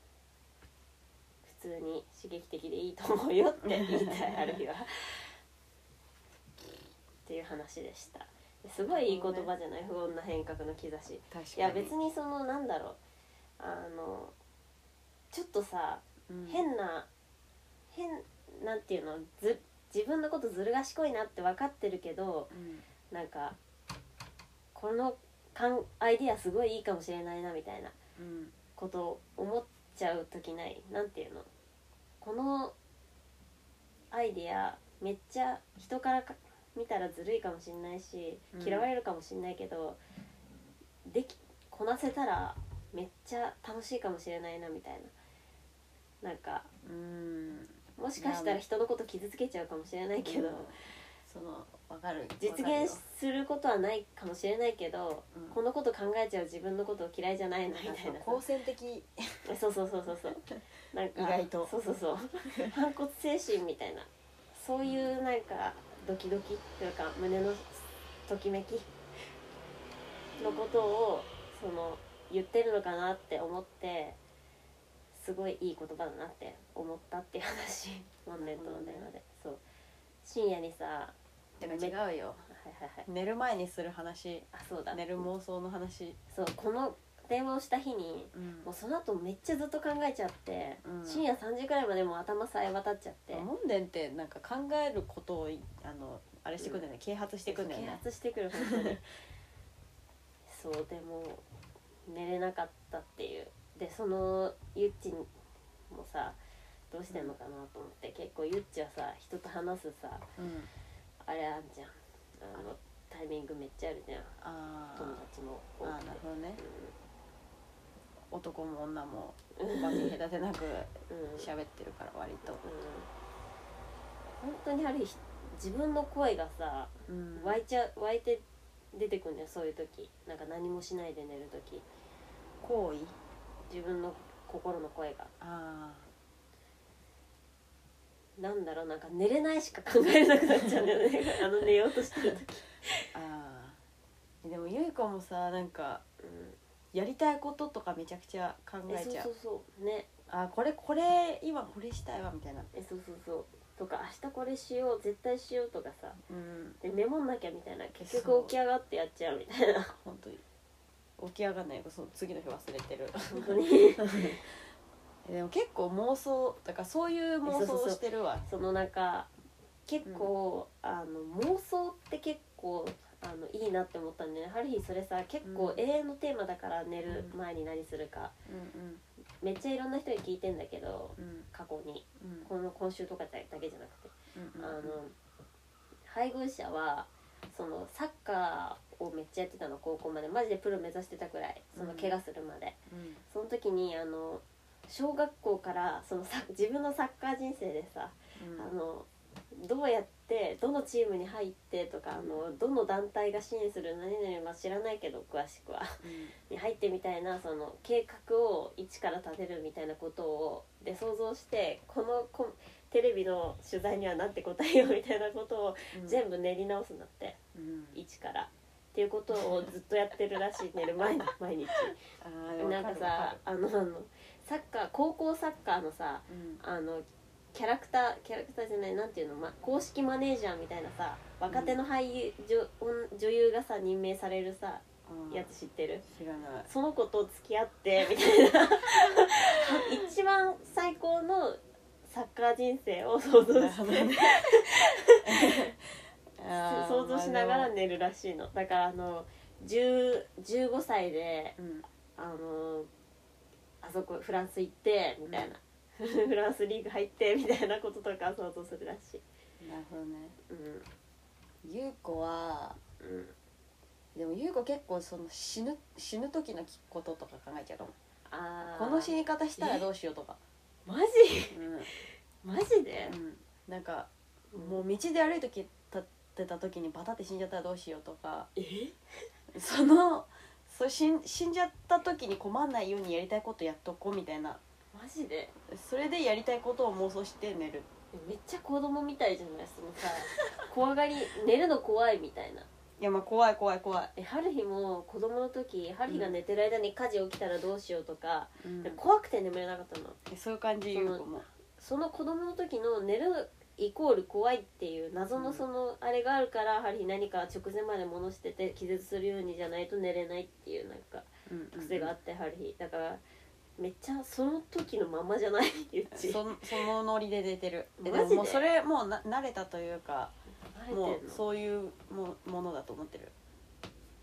普通に刺激的でいいと思うよって言いた [laughs] い春日はっていう話でしたすごいいい言葉じゃない不穏な変革の兆し確かにいや別にそのなんだろうあのちょっとさうん変な変なんていうのず自分のことずる賢いなって分かってるけどうんなんかこのかんアイディアすごいいいかもしれないなみたいなうんことを思っちゃう時ないなんていうのこのアイディアめっちゃ人からか見たらずるいかもしれないしうん嫌われるかもしれないけど、できこなせたらめっちゃ楽しいかもしれないなみたいななんかうんもしかしたら人のこと傷つけちゃうかもしれないけど、その分かる実現することはないかもしれないけど、うんこのこと考えちゃう自分のこと嫌いじゃないなみ分たかるよいなあそう好戦的そうそうそうそうそうなんか意外とそうそうそう [laughs] 反骨精神みたいなそういうなんかドキドキというか胸のときめきのことをその言ってるのかなって思ってすごいいい言葉だなって思ったっていう話ワンメントの電話で、そう深夜にさはでも違うよいはいはい寝る前にする話あそうだ寝る妄想の話そうこの電話をした日にうんもうその後めっちゃずっと考えちゃって、うん深夜3時くらいまでもう頭さえ渡っちゃって、門殿ってなんか考えることをいあのあれしてくんだよね、啓発してくんだよ啓ね発してくる本当に [laughs] そうでも寝れなかったっていうでそのゆっちもさどうしてんのかなと思って、結構ゆっちはさ人と話すさうんあれあんじゃんあのタイミングめっちゃあるじゃんあー友達もあ多ーくてなるほどねう男も女 [laughs] も番組隔てなくんうん喋ってるから割と、うん、本当にある日自分の声がさうん湧いちゃう湧いて出てくるんだよそういう時なんか何もしないで寝る時行為自分の心の声があなんだろうなんか寝れないしか考えれなくなっちゃうんだよね [laughs] あの寝ようとしてる時、ーあーでもゆい子もさなんかうん、やりたいこととかめちゃくちゃ考 [laughs] ええそうちゃそううそうねあーこれこれ今これしたいわみたいなえそうそうそうとか明日これしよう絶対しようとかさうんでメモんなきゃみたいなそ結う局起き上がってやっちゃうみたいな本当に起き上がんないその次の日忘れてる本当に [laughs] [laughs] でも結構妄想だからそういう妄想をしてるわそのなんか結構、あの妄想って結構あのいいなって思ったんで、ね、ハルヒそれさ結構うん永遠のテーマだから寝るうん前に何するか、うんめっちゃいろんな人に聞いてんだけどうんうん過去にうんこの今週とかだけじゃなくて、うんあの配偶者はそのサッカーをめっちゃやってたの高校までマジでプロ目指してたくらいその怪我するまで、うんその時にあの小学校からそのさ自分のサッカー人生でさ、うんあのどうやってどのチームに入ってとかあのどの団体が支援する何々まあ知らないけど詳しくはに入ってみたいなその計画を一から立てるみたいなことをで想像してこのこテレビの取材にはなんて答えようみたいなことを全部練り直すんだって部、うん、一から。っていうことをずっとやってるらしい寝る前 [laughs] に毎日。あーでもなわんかかるわかさあのあのサッカー高校サッカーのさるうんあのキャラクターキャラクターじゃないなんていうの、ま、公式マネージャーみたいなさ若手の俳優、女女女優がさ任命されるさあーやつ知ってる知らないその子と付き合ってみたいな一番最高のサッカー人生を想像して [laughs] あー想像しながまあらでも寝るらしいのだからあの10 15歳でうんあのあそこフランス行ってみたいな、フランスリーグ入ってみたいなこととか想像するらしい、なるほどねうん、優子はうん、でも優子結構その死ぬ死ぬ時のこととか考えちゃうかもあーこの死に方したらどうしようとかマジうマジでん、うん、なんかももうう道で歩いてきたってた時にバタって死んじゃったらどうしようとかえそのそう死ん死んじゃった時に困んないようにやりたいことやっとこうみたいなマジでそれでやりたいことを妄想して寝るめっちゃ子供みたいじゃないそのさ [laughs] 怖がり寝るの怖いみたいないやまあ怖い怖い怖い、え春日も子供の時春日が寝てる間に火事起きたらどうしようとか、うん怖くて眠れなかったのそういう感じそ優の子もその子供の時の寝るイコール怖いっていう謎うのんそのあれがあるから、やはり何か直前まで物してて気絶するようにじゃないと寝れないっていうなんかうん癖があって、やはりだからめっちゃその時のままじゃないゆっち [laughs] そそのノリで出てるえマジもでもうそれもうな慣れたというか慣れてんのもうっそういうもものだと思ってる、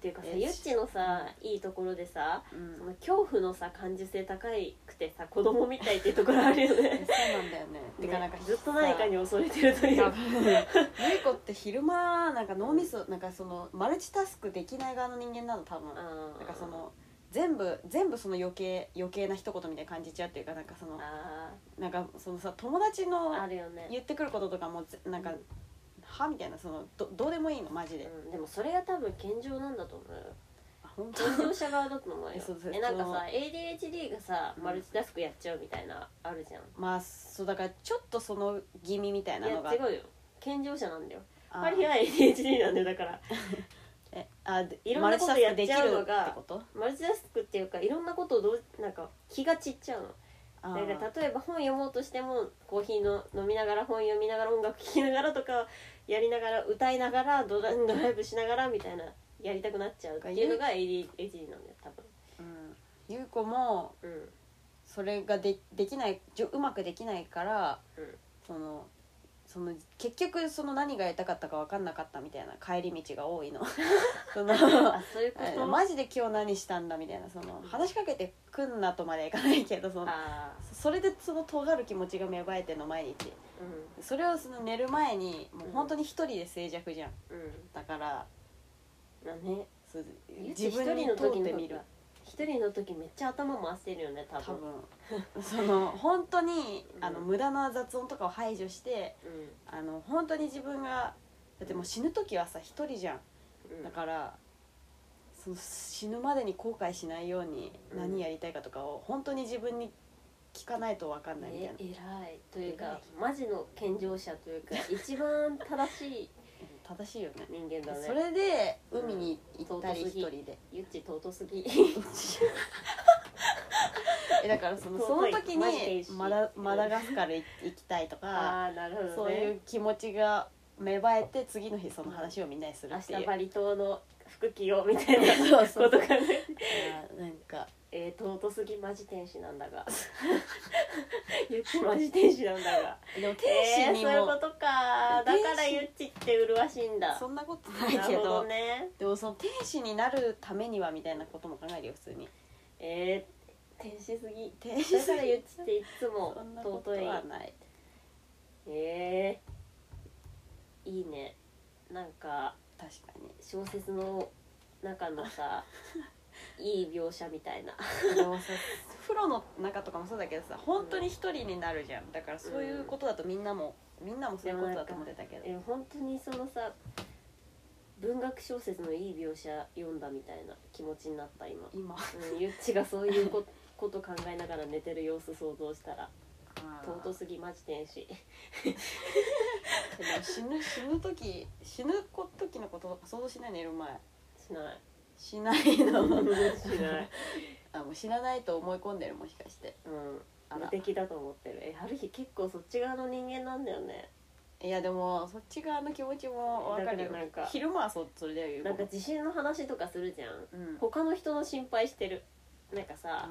ていうかさえゆっちのさいいところでさうそん、の恐怖のさ感受性高いくてさ子供みたいっていうところあるよえね [laughs] そうなんだよねてかなんかねずっと何かに恐れてるという多か分ゆい子って昼間なんか脳みそなんかそのマルチタスクできない側の人間なの多分なんあーかその全部全部その余計余計な一言みたいに感じちゃうっていうかなんかそのあなんかそのさ友達ーあのるよね言ってくることとかもぜなんか、うんはみたいなそのどどうでもいいのマジで、うん、でもそれが多分現状なんだと思うよあ本当 [laughs] 健常者側だと思うえ [laughs] そうそうよえなんかそのさ ADHD がさうんマルチタスクやっちゃうみたいなあるじゃん、まあそうだからちょっとその気味みたいないのがや違うよ健常者なんだよあーパリは ADHD なんだよだからえあでいろんマなルチこタとスやクっでちきるゃうっのてがことマルチタスクっていうかいろんなことをどうなんか気が散っちゃうのあーだから例えば本読もうとしてもコーヒーの飲みながら本読みながら音楽聴きながらとかやりながら歌いながらドラドライブしながらみたいなやりたくなっちゃうっていうのが ADHD なんだよ多うんゆう子も分うんそれがでできないじょうまくできないから、うんそのその結局その何がやりたかったか分かんなかったみたいな帰り道が多いの [laughs] その [laughs] あそういうことあマジで今日何したんだみたいなその話しかけてくんなとまではいかないけどそのあそれでその尖る気持ちが芽生えてんの毎日ーうそれをその寝る前にもううん本当に一人で静寂じゃんんうんだからまあねそう自自分分ににの問時うのて方みるが一人の時めっちゃ頭回してるよね多分多分 [laughs] その本当にあのうん無駄な雑音とかを排除してうあの本当に自分がだってもう死ぬ時はさ一人じゃんんうんだからその死ぬまでに後悔しないようにうん何やりたいかとかを本当に自分に聞かないと分かんないみたいねな、偉いというかマジの健常者というか一番正しい正しいよね人間だ [laughs] ねそれでうん海に行ったり尊一すぎ人で、ゆっち尊すぎ [laughs] えだからそ [laughs] のそ尊のい時マジでいいにしマダマダガスカル行行きたいとか、ああなるほどねそういう気持ちが芽生えて次の日その話をみんなにする明っていう日バリ島の服着ようみたいな [laughs] そうそこうとそうかねあーなんかえー、尊すぎマジ天使なんだがゆっちマジ天使なんだがでも天え使ー、にそも、ういうことかだから天使ゆっちって麗しいんだそんなことないなけるどほどねでもその天使になるためにはみたいなことも考えるよ普通にえー、天使すぎ天だ使かすらぎゆっちっていつもそんなこと尊いはないえー、いいねなんか確か小説の中の [laughs] さいい描写みたいなにでもさ風呂の中とかもそうだけどさ本当に一人になるじゃんだからそういうことだとみんなもみんなもそういうことだと思ってたけどえ本当にそのさ文学小説のいい描写読んだみたいな気持ちになった今、今うん、ゆっちがそうい [laughs] うここと考えながら寝てる様子想像したら尊すぎマジ天使でも死ぬ死ぬ時死ぬ時のこと想像しない寝る前しないしない [laughs] のしない、あもう知らないと思い込んでるもしかして [laughs] うん、あ無ら敵だと思ってるえある日結構そっち側の人間なんだよねいやでもそっち側の気持ちもわかるだよからなんか昼間はそそれだよ言なんうかこ地震の話とかするじゃんとうん他の人の心配してるなんかあさ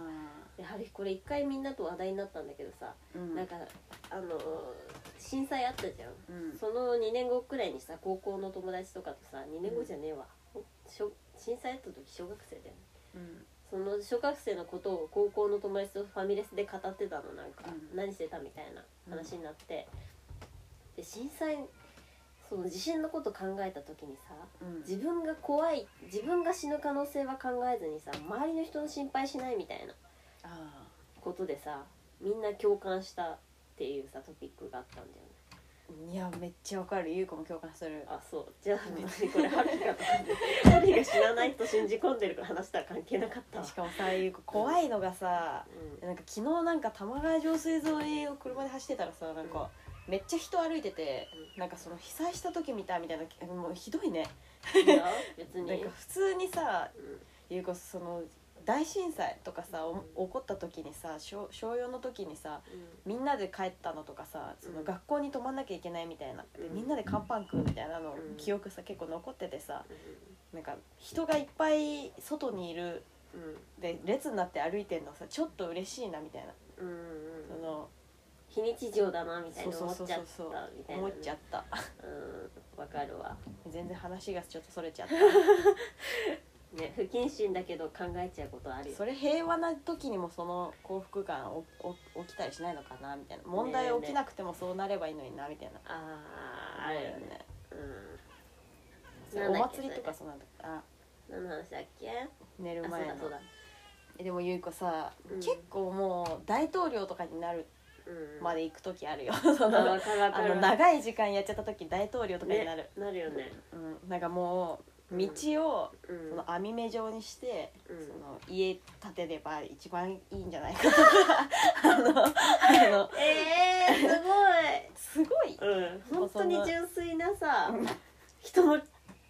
やはりこれ一回みんなと話題になったんだけどさ、ーうんなんかあのー震災あったじゃんうんその2年後くらいにさ高校の友達とかとさ2年後じゃねえわ、小震災あった時小学生だよねうんその小学生のことを高校の友達とファミレスで語ってたのなんか、うん何してたみたいな話になって、で震災その地震のこと考えた時にさうん自分が怖い自分が死ぬ可能性は考えずにさ周りの人の心配しないみたいなあことでさみんな共感したっていうさトピックがあったんだよねーいやめっちゃわかる優子も共感するあそうじゃあ別にこれハリーがハリーが知らないと信じ込んでる話とは関係なかったわしかもさ優子怖いのがさうなんか昨日なんか玉川上水沿いを車で走ってたらさなんかめっちゃ人歩いててなんかその被災した時見たみたいなもうひどいねん、いいよ別になんか普通にさうん優子その大震災とかさお起こった時にさ小小4の時にさみんなで帰ったのとかさその学校に泊まんなきゃいけないみたいなでうんみんなで乾パン食うみたいなのうん記憶さ結構残っててさなんか人がいっぱい外にいるうんうんで列になって歩いてんのさちょっと嬉しいなみたいなうんうんうんその非日常だなみたいなそう思っそうそうちゃそっうそうたみたいなね思っちゃったうんわかるわ全然話がちょっとそれちゃったね不謹慎だけど考えちゃうことあるよそれ平和な時にもその幸福感おお起きたりしないのかなみたいな問題起きなくてもそうなればいいのになみたいなあーあるよねうんそれお祭りとかそうなんだあ何の話だっけ寝るあそう前だそのうだえでもゆいこさ、うん結構もう大統領とかになるうんまでで行く時ある [laughs] よ、そあのわかるわ [laughs] あかるの長い時間やっちゃった時大統領とかにねなる、なるよねうん、なんかもう道をうんその網目状にして、うんその家建てれば一番いいんじゃないかとかあのあのえー、すすごいごい、うん、本当に純粋なさうん人の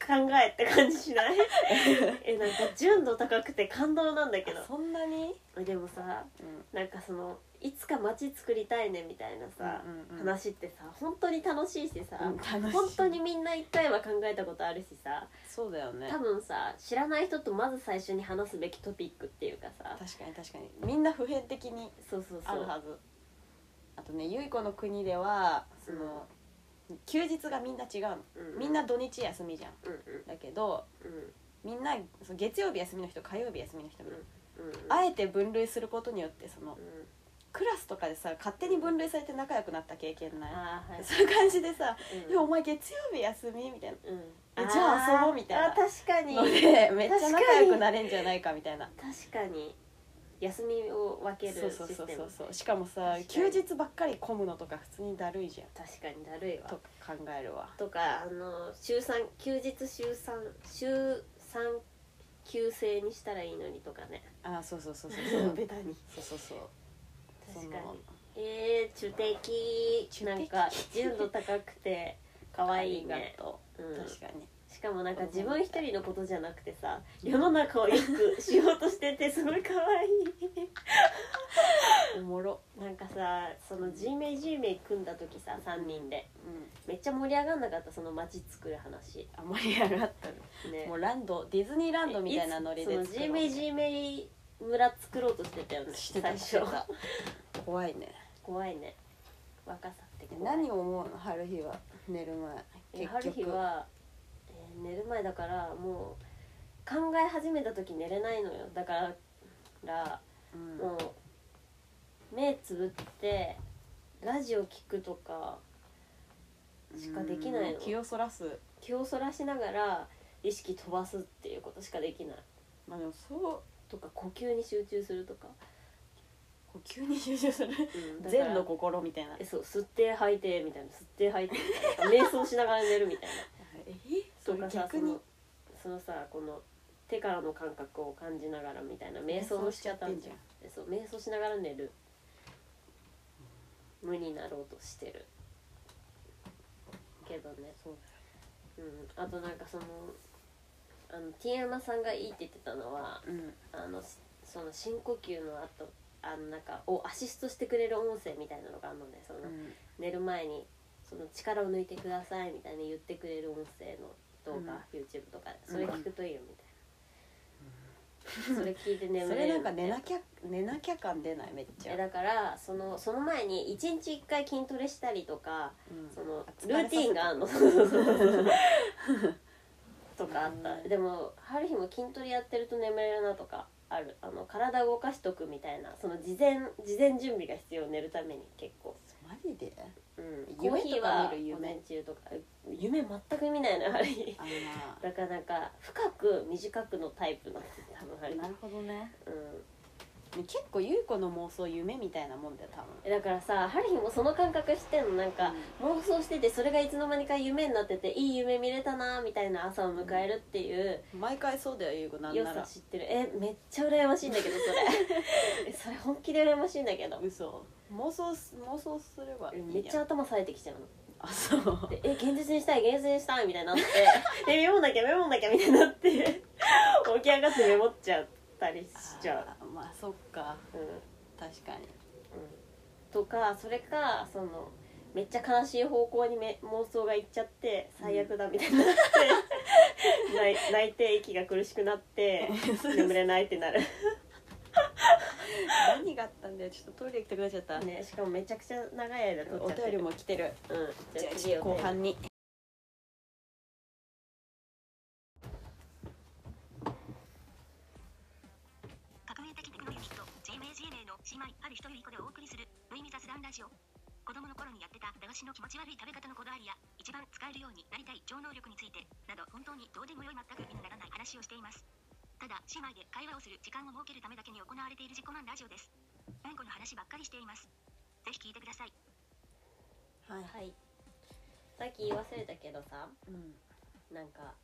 考えって感じしない [laughs] えなんか純度高くて感動なんだけどそんなに、でもさうんなんかそのいつか街作りたいねみたいなさ、うんうんうん話ってさ本当に楽しいしさ、うん楽しい本当にみんな一回は考えたことあるしさそうだよね多分さ知らない人とまず最初に話すべきトピックっていうかさ確かに確かにみんな普遍的にそうそうそあるうはずあとねゆい子の国ではその、休日がみんな違うのうみんな土日休みじゃんうんうんだけどうみんなその月曜日休みの人火曜日休みの人みたいなんうんあえて分類することによってそのうんクラスとかでさ勝手に分類されて仲良くなった経験ないあーはいそういう感じでさ「うんえお前月曜日休み?」みたいなうんえじゃあ遊ぼうみたいなあー確かにの確でめっちゃ仲良くなれんじゃないかみたいなかに休みを分けそうるシそうそスうテそムうそうしかもさ確か休に日ばっかり混むのとか普通にだるいじゃん確かにだるいわと考えるわとかあの週3休日週3週3休制にしたらいいのにとかねあーそうそうそうそう [laughs] そうベタにそうそうそう確かそのにえー、中的中的なんか純度高くて可愛いあねり、がとう、うん確かにしかもなんか自分一人のことじゃなくてさ世の中をよくしようとしててすごい可愛いおもろなんかさその G メイ G メイ組んだ時さ3人でうんめっちゃ盛り上がんなかったその街作る話あ盛り上がったねねもうランドディズニーランドみたいなノリでいつその G メイ G メイ村作ろうとしてたよねして最たして初た怖いね怖いね若さってで怖い何を思うの春日は寝る前え春結日局は、えー寝る前だからもう考え始めた時寝れないのよだからうんもう目つぶってラジオ聞くとかしかできないのうん気をそらす気をそらしながら意識飛ばすっていうことしかできないまあでもそうとか呼吸に集中するとか呼吸に集中する [laughs] うんだから善の心みたいなえそう吸って吐いてみたいな吸って吐いてみたいな瞑想しながら寝るみたい [laughs] なえとそかれさ逆にそのそのさこの手からの感覚を感じながらみたいな瞑想をしちゃったんじゃん瞑想しえそう瞑想しながら寝る無になろうとしてるけどねそううん、あとなんかそのあのティーアマさんがいいって言ってたのはうんあのその深呼吸の後あのなんかをアシストしてくれる音声みたいなのがあるのねその、うん寝る前にその力を抜いてくださいみたいに言ってくれる音声の動画、YouTube とかでそれ聞くといいよみた [laughs] いな、それ聞いて眠れ [laughs] それなるんかみたい寝なきゃ寝なきゃ感出ないめっちゃえだからそのその前に1日1回筋トレしたりとかうんそのあ疲ルれーさテせィてンが [laughs] あんのとかあった、うんでも春日も筋トレやってると眠れるなとかあるあの体動かしとくみたいなその事前事前準備が必要寝るために結構マジでうん、コー夢ヒーとはか見午る夢前中とか夢全く見な [laughs] いのよあれあのなかなか深く短くのタイプなんです多分あ [laughs] れ、ななるほどねうん結構優子の妄想夢みたいなもんだよ多分え、だからさハリーもその感覚してんのなんか、妄想しててそれがいつの間にか夢になってていい夢見れたなみたいな朝を迎えるっていううん毎回そうだよ優子なん良なさら知ってるえめっちゃ羨ましいんだけど [laughs] それえそれ本気で羨ましいんだけど嘘妄想す妄想すればいいやんめっちゃ頭冴えてきちゃうのあそうでえ現実にしたい現実にしたいみた [laughs] いになってえメモんなきゃメモんなきゃみたいになって起き上がってメモっちゃったりしちゃあーまあそっかう、うん確かにとかそれかそのめっちゃ悲しい方向にめ妄想がいっちゃって最悪だみたいになって、泣い泣いて息が苦しくなって [laughs] 眠れないってなる、何があったんだよちょっとトイレ行きたくなっちゃった、ね、しかもめちゃくちゃ長い間撮おっちゃって便りるも来てるうじん、じゃゃああ次後後半半に革命的テクノユニット JMAGNA の姉妹ある一人いい子でお送りする無意味雑談ラジオ子供の頃にやってた駄菓子の気持ち悪い食べ方のこだわりや一番使えるようになりたい超能力についてなど本当にどうでもよい全く意味にならない話をしていますただ姉妹で会話をする時間を設けるためだけに行われている自己満ラジオですうんこの話ばっかりしていますぜひ聞いてくださいはい、はいさっき言い忘れたけどさうん、なんか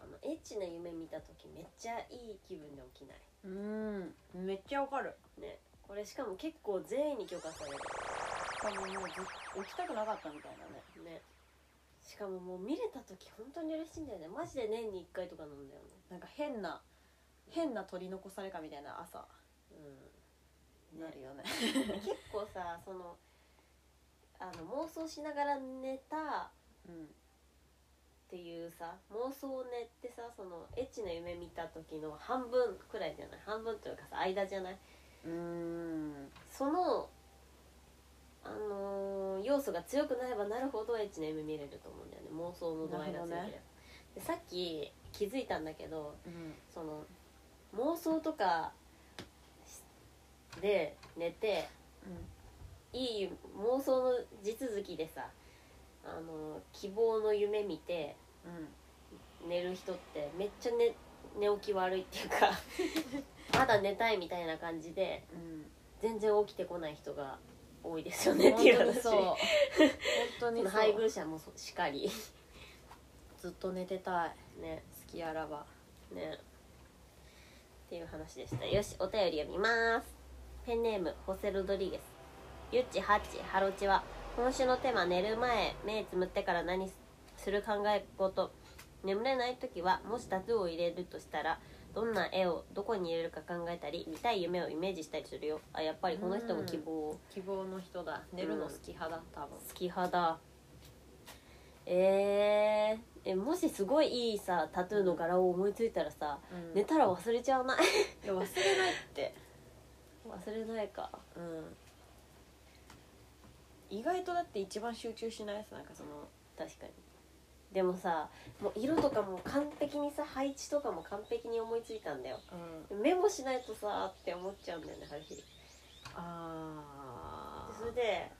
あのエッチな夢見た時めっちゃいい気分で起きないうんめっちゃわかるねこれしかも結構全員に許可される多分もうず起きたくなかったみたいなねねしかももう見れた時本当に嬉しいんだよねマジで年に1回とかなんだよねなんか変な変な取り残されかみたいな朝うんなるよね結構さそのあの妄想しながら寝たうんっていうさ妄想寝ってさそのエッチな夢見た時の半分くらいじゃない半分というかさ間じゃないうーんそのあのー要素が強くなればなるほどエッチな夢見れると思うんだよね妄想の度合いが強けなるほれば、どねでさっき気づいたんだけどうんその妄想とかで寝ていい妄想の地続きでさあの希望の夢見てうん寝る人ってめっちゃ寝寝起き悪いっていう [laughs] かまだ寝たいみたいな感じでうん全然起きてこない人が多いですよねっていう本当に話そう本当そにのそ配う偶者もそしか [laughs] りずっと寝てたいね好きあらばねっていう話でしたよしお便り読みますペンネームホセ・ロドリゲスゆっちはっちハロチは今週のテーマ寝る前目つむってから何する考え事眠れない時はもしタトゥーを入れるとしたらどんな絵をどこに入れるか考えたり見たい夢をイメージしたりするよあやっぱりこの人も希望を希望の人だ寝るの好き派だ多分好き派だえー、えもしすごいいいさタトゥーの柄を思いついたらさ、寝たら忘れちゃわないいや忘れないって [laughs] 忘れないかうん意外とだって一番集中しないですなんかその確かにでもさもう色とかも完璧にさ配置とかも完璧に思いついたんだようんメモしないとさって思っちゃうんだよね春日であそれで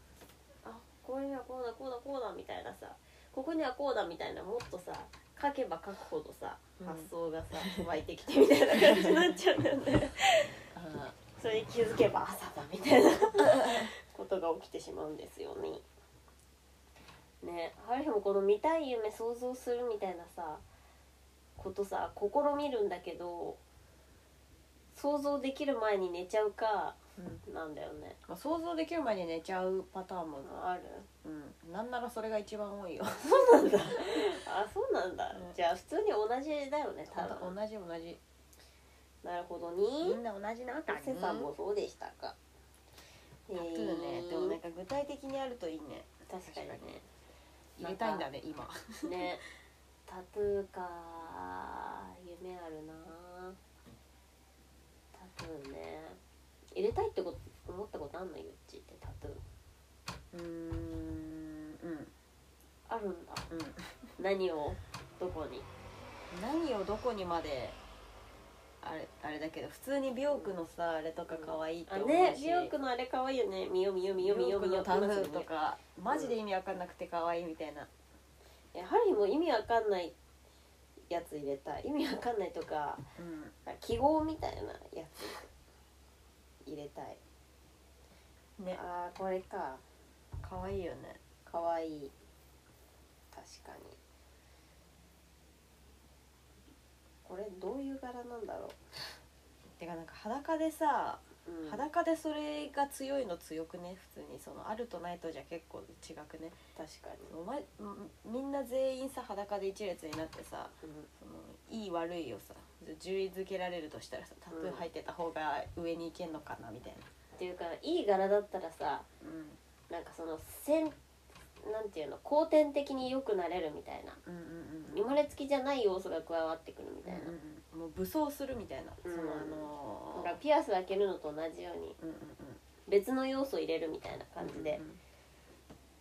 あこれにはこうだこうだこうだみたいなさここにはこうだみたいなもっとさ書けば書くほどさうん [laughs] 発想がさ、湧いてきてみたいな感じになっちゃうんだよねあそれ一気づけば朝だみたいなことが起きてしまうんですよね。ねハルヒもこの見たい夢想像するみたいなさことさ試みるんだけど想像できる前に寝ちゃうかうんなんだよね。まあ、想像できる前に寝ちゃうパターンも、あるうん、なんならそれが一番多 [laughs] いよあそうなんだ、うんじゃあ普通に同じだよね多同分じ同じなるほどみにんな同じなんだセさんもそうでしたかへえそうねでもなんか具体的にやるといいね確かに確かね入れたいんだね今ねタトゥーか夢あるなタトゥーね入れたいってこと思ったことあんのゆっちってタトゥうーーんうんあるんだうん何をどこに何をどこにまであれあれだけど普通に美容区のさあれとか可愛いってあ思うし、ね美容区のあれ可愛いよねみよみよみよみよみよのタトゥーとかマジで意味わかんなくて可愛いみたいな、えハリーも意味わかんないやつ入れたい意味わかんないとかうん、記号みたいなやつ入れたいねあーこれか可愛いよねかわいい確かにこれどういう柄なんだろてかなんか裸でさ、う、うん、裸でそれが強いの強くね普通にそのあるとないとじゃ結構違くね確かお前うんみんな全員さ裸で一列になってさに、そのいい悪いをさ順位づけられるとしたらさタトゥー入ってた方が上に行けんのかなみたいな、っていうかいい柄だったらさう、なんかそのせんなんていうの後天的に良くなれるみたいなんうんうんうん生まれつきじゃない要素が加わってくるみたいな、うん、もう武装するみたいな、うんそのあのなんかピアス開けるのと同じようにうんうん別の要素入れるみたいな感じうでん、うん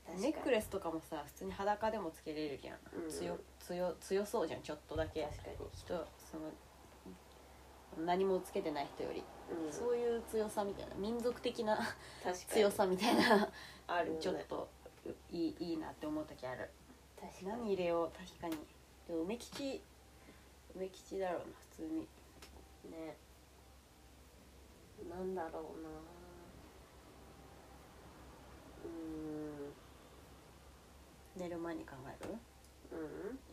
確かネにックレスとかもさ普通に裸でもつけれるじゃん、うん強強強そうじゃんちょっとだけ確かに人その何もつけてない人より、うん、そういう強さみたいな民族的な確かに強さみたいなあるよねちょっといいいいなって思う時ある確か何に入れよう確かにでも梅吉梅吉だろうな普通にねなんだろうなう寝る前に考えるーん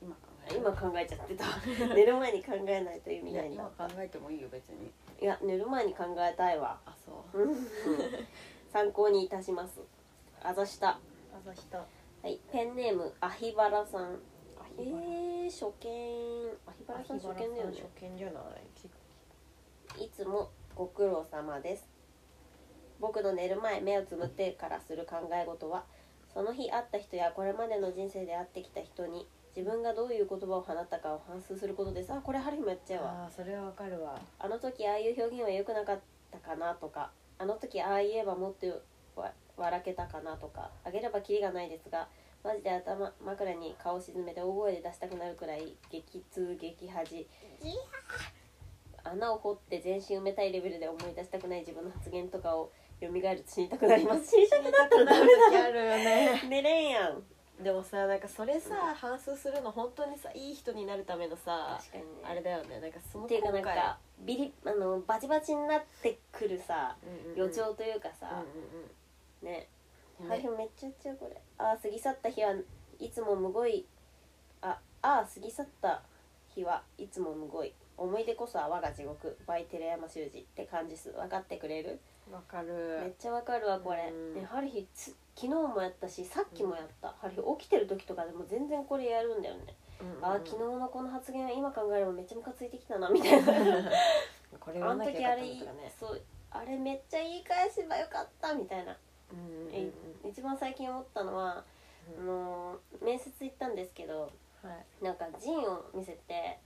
うん今考える今考えちゃってた寝る前に考えないと意味 [laughs] いな [laughs] やいんだ今考えてもいいよ別にいや寝る前に考えたいわあそう参考にいたしますあざした朝日とはいペンネームアヒバラさんアえー、初見アヒバラさん初見だよね初見じゃないいつもご苦労様です僕の寝る前目をつむってからする考え事はその日会った人やこれまでの人生で会ってきた人に自分がどういう言葉を放ったかを反芻することですあこれ春日もやっちゃうわああそれはわかるわあの時ああいう表現は良くなかったかなとかあの時ああ言えばもっとわ笑けたかなとかあげればキリがないですがマジで頭枕に顔沈めて大声で出したくなるくらい激痛激恥穴を掘って全身埋めたいレベルで思い出したくない自分の発言とかを蘇ると死にたくなります死にたくなったらダメ時あるよねだ寝れんやんでもさなんかそれさ反芻するの本当にさいい人になるためのさ確かにねあれだよねなんかそのっていうかなん今回かビリあのバチバチになってくるさうんうんうん予兆というかさ、うねんうんうんはい、めっちゃやっちゃうこれ。ああ、過ぎ去った日はいつもむごい。あ、ああ、過ぎ去った日はいつもむごい。思い出こそは我が地獄。バイテレヤマ修司って感じっす。分かってくれる？わかめっるちゃわかるわこれ。うんね、ハリヒつ昨日もやったし、さっきもやった。ハリヒ起きてる時とかでも全然これやるんだよね。ああ、昨日のこの発言は今考えればめっちゃムカついてきたなみたいな。日これ言 [laughs] あわのなきゃよかった時あれのいとかねそうあれめっちゃ言い返せばよかったみたいな。うんうんうんえ一番最近思ったのは、うあのー面接行ったんですけどはいなんかジンを見せて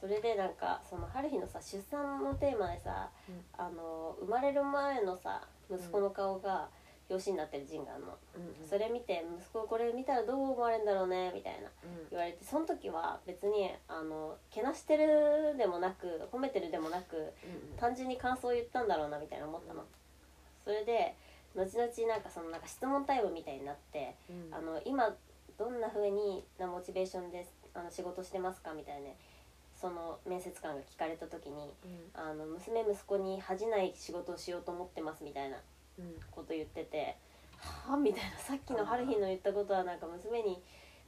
それでなんかその春日のさ出産のテーマでさ、うんあのー生まれる前のさ息子の顔が表紙になってるジンがあるの、それ見て息子これ見たらどう思われるんだろうねみたいな言われてその時は別にあのけなしてるでもなく褒めてるでもなく単純に感想を言ったんだろうなみたいな思ったの、うんそれで後々なんかそのなんか質問タイムみたいになって、あの今どんな風になモチベーションであの仕事してますかみたいな、その面接官が聞かれた時にうんあの娘息子に恥じない仕事をしようと思ってますみたいなうんこと言っててはあみたいなさっきの春日の言ったことはなんか娘に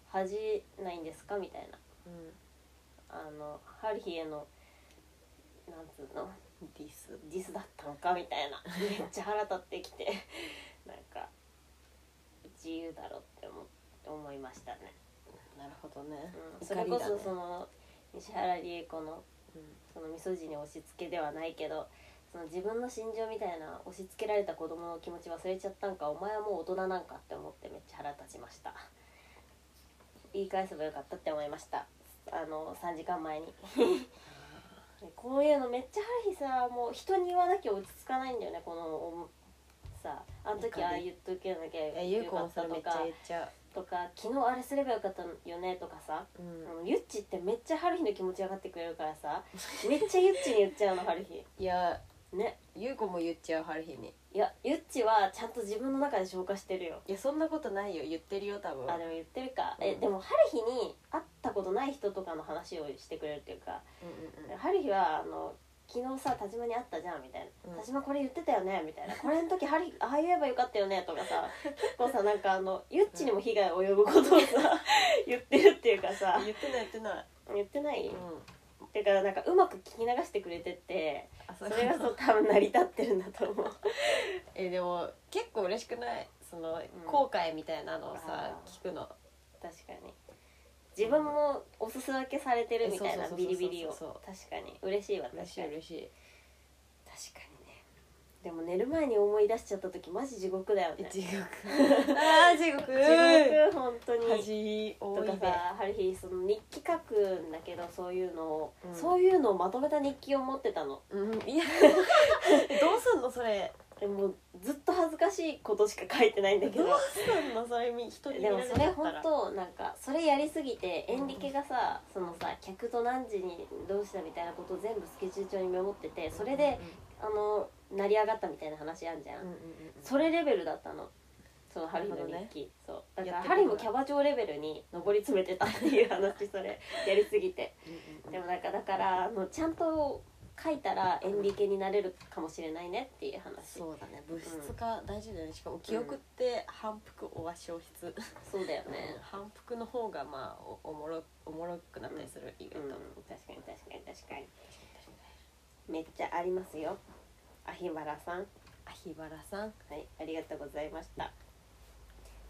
恥じないんですかみたいなうんあの春日へのなんつうのディスディスだったのかみたいなめっちゃ腹立ってきてなんか自由だろって思思いましたね、なるほどね、うん、そ怒れりこだねそその西原理恵子のうんそのみそじに押し付けではないけどその自分の心情みたいな押し付けられた子供の気持ち忘れちゃったんかお前はもう大人なんかって思ってめっちゃ腹立ちました言い返せばよかったって思いましたあの3時間前に [laughs] こういうのめっちゃある日さもう人に言わなきゃ落ち着かないんだよねこのおさああの時ああ言っとけなきゃいやゆうよこかもったそれとめっちかゃ言っちゃとか昨日あれすればよかったよねとかさう、うんあのゆっちってめっちゃ春日の気持ち上がってくれるからさめっちゃゆっちに言っちゃうの春日いやねゆうこも言っちゃう春日にいやゆっちはちゃんと自分の中で消化してるよいやそんなことないよ言ってるよ多分あでも言ってるか、うえんでも春日に会ったことない人とかの話をしてくれるっていうかうんうんうん春日はあの昨日さ田島に会ったじゃんみたいな、うん田島これ言ってたよねみたいなこれの [laughs] 時春日ああ言えばよかったよねとかさ結構さなんかあのゆっちにも被害及ぶことをさ [laughs] 言ってるっていうかさ言ってない言ってない言ってない、うんてかなんかうまく聞き流してくれてってあそそれがそそう多分成り立ってるんだと思うえでも結構嬉しくないそのん後悔みたいなのをさあー聞くの確かに自分もおすす分けされてるみたいえなそうそうそうそうそうビリビリを確そかに嬉しいわ確かに嬉しい嬉しい確かにねでも寝る前に思い出しちゃった時マジ地獄だよね地獄あー地獄地獄本当に恥と多かいねさ春日その日記書くんだけどそういうのを、うんそういうのをまとめた日記を持ってたのうんいやどうすんのそれでもずっと恥ずかしいことしか書いてないんだどうけどすんのそれみ一人見でらもれちゃそったれら本当なんかそれやりすぎてエンリケがさ、そのさ客と何時にどうしたみたいなことを全部スケジュール帳にメモっててそれで、あの成り上がったみたいな話あんじゃん、うんうんうんうんそれレベルだったのその春の日記、なるほそうだかやらってる春もキャバ嬢レベルに上り詰めてたっていう話そ [laughs] れやりすぎてうんでもなんかだからあのちゃんと書いたらエンリケになれるかもしれないねっていう話そうそうだね物質が大事だよねしかも記憶って反復おは消失だよね、反復の方がまあおおもろおもろくなったりする意う外ん、と確かに確かに確かにめっちゃありますよアヒバラさんあひばらさんはいありがとうございました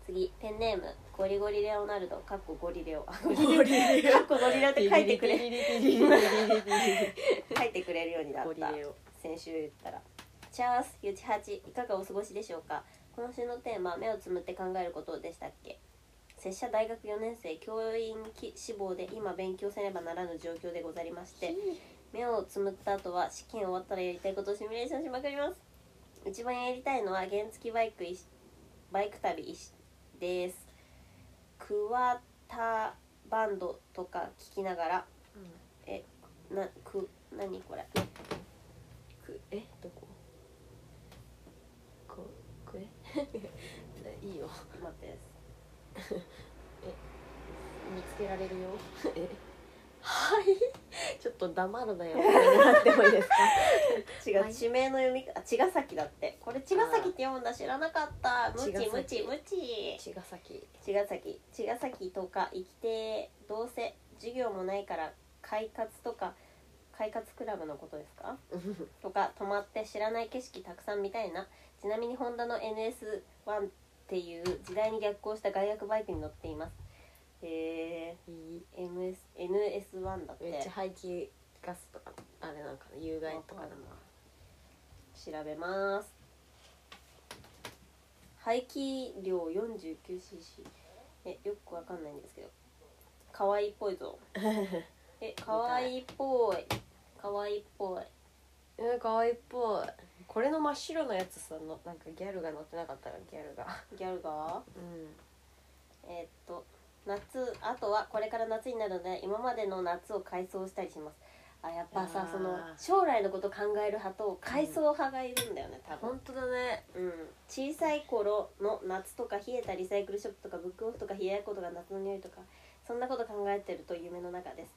次ペンネームゴリゴリレオナルドかっこゴリレオあゴリレオゴ [laughs] リレオかっこゴリラって書いてくれリリリリリリリリリ書いてくれるようになゴっリたレオ先週言ったら「チャースゆちはちいかがお過ごしでしょうか今週のテーマ目をつむって考えることでしたっけ拙者大学4年生教員き志望で今勉強せねばならぬ状況でござりまして目をつむった後は試験終わったらやりたいことをシミュレーションしまくります一番やりたいのは原付バイクいしバイク旅いしですクワタバンドとか聞きながらえなく何これくえどここくえ [laughs] いいよ待ってです [laughs] 見つけられるよえはいちょっと黙るな [laughs] よなってもいいですか違う、はい地名の読みあ茅ヶ崎だってこれ茅ヶ崎って読むんだ知らなかったムチ茅ヶ崎ムチムチ茅ヶ崎 [laughs] 茅ヶ崎茅ヶ崎とか行きてえどうせ授業もないから快活とか快活クラブのことですかとか泊まって知らない景色たくさん見たいなちなみにホンダの NS1 っていう時代に逆行した外役バイクに乗っていますへえいい MS NS1 だってめっちゃ排気ガスとかあれなんかな有害とかなの調べます排気量 49cc えよくわかんないんですけど可愛いっぽいぞえ可愛いっぽい可愛いっぽいうん可愛いっぽいこれの真っ白のやつさのなんかギャルが乗ってなかったらギャルがギャルがうんえーっと夏あとはこれから夏になるので今までの夏を改装したりしますあやっぱあさーその将来のこと考える派と改装派がいるんだよね、多分本当だ [laughs] ねうん、小さい頃の夏とか冷えたリサイクルショップとかブックオフとか冷ややっことか夏の匂いとかそんなこと考えてると夢の中です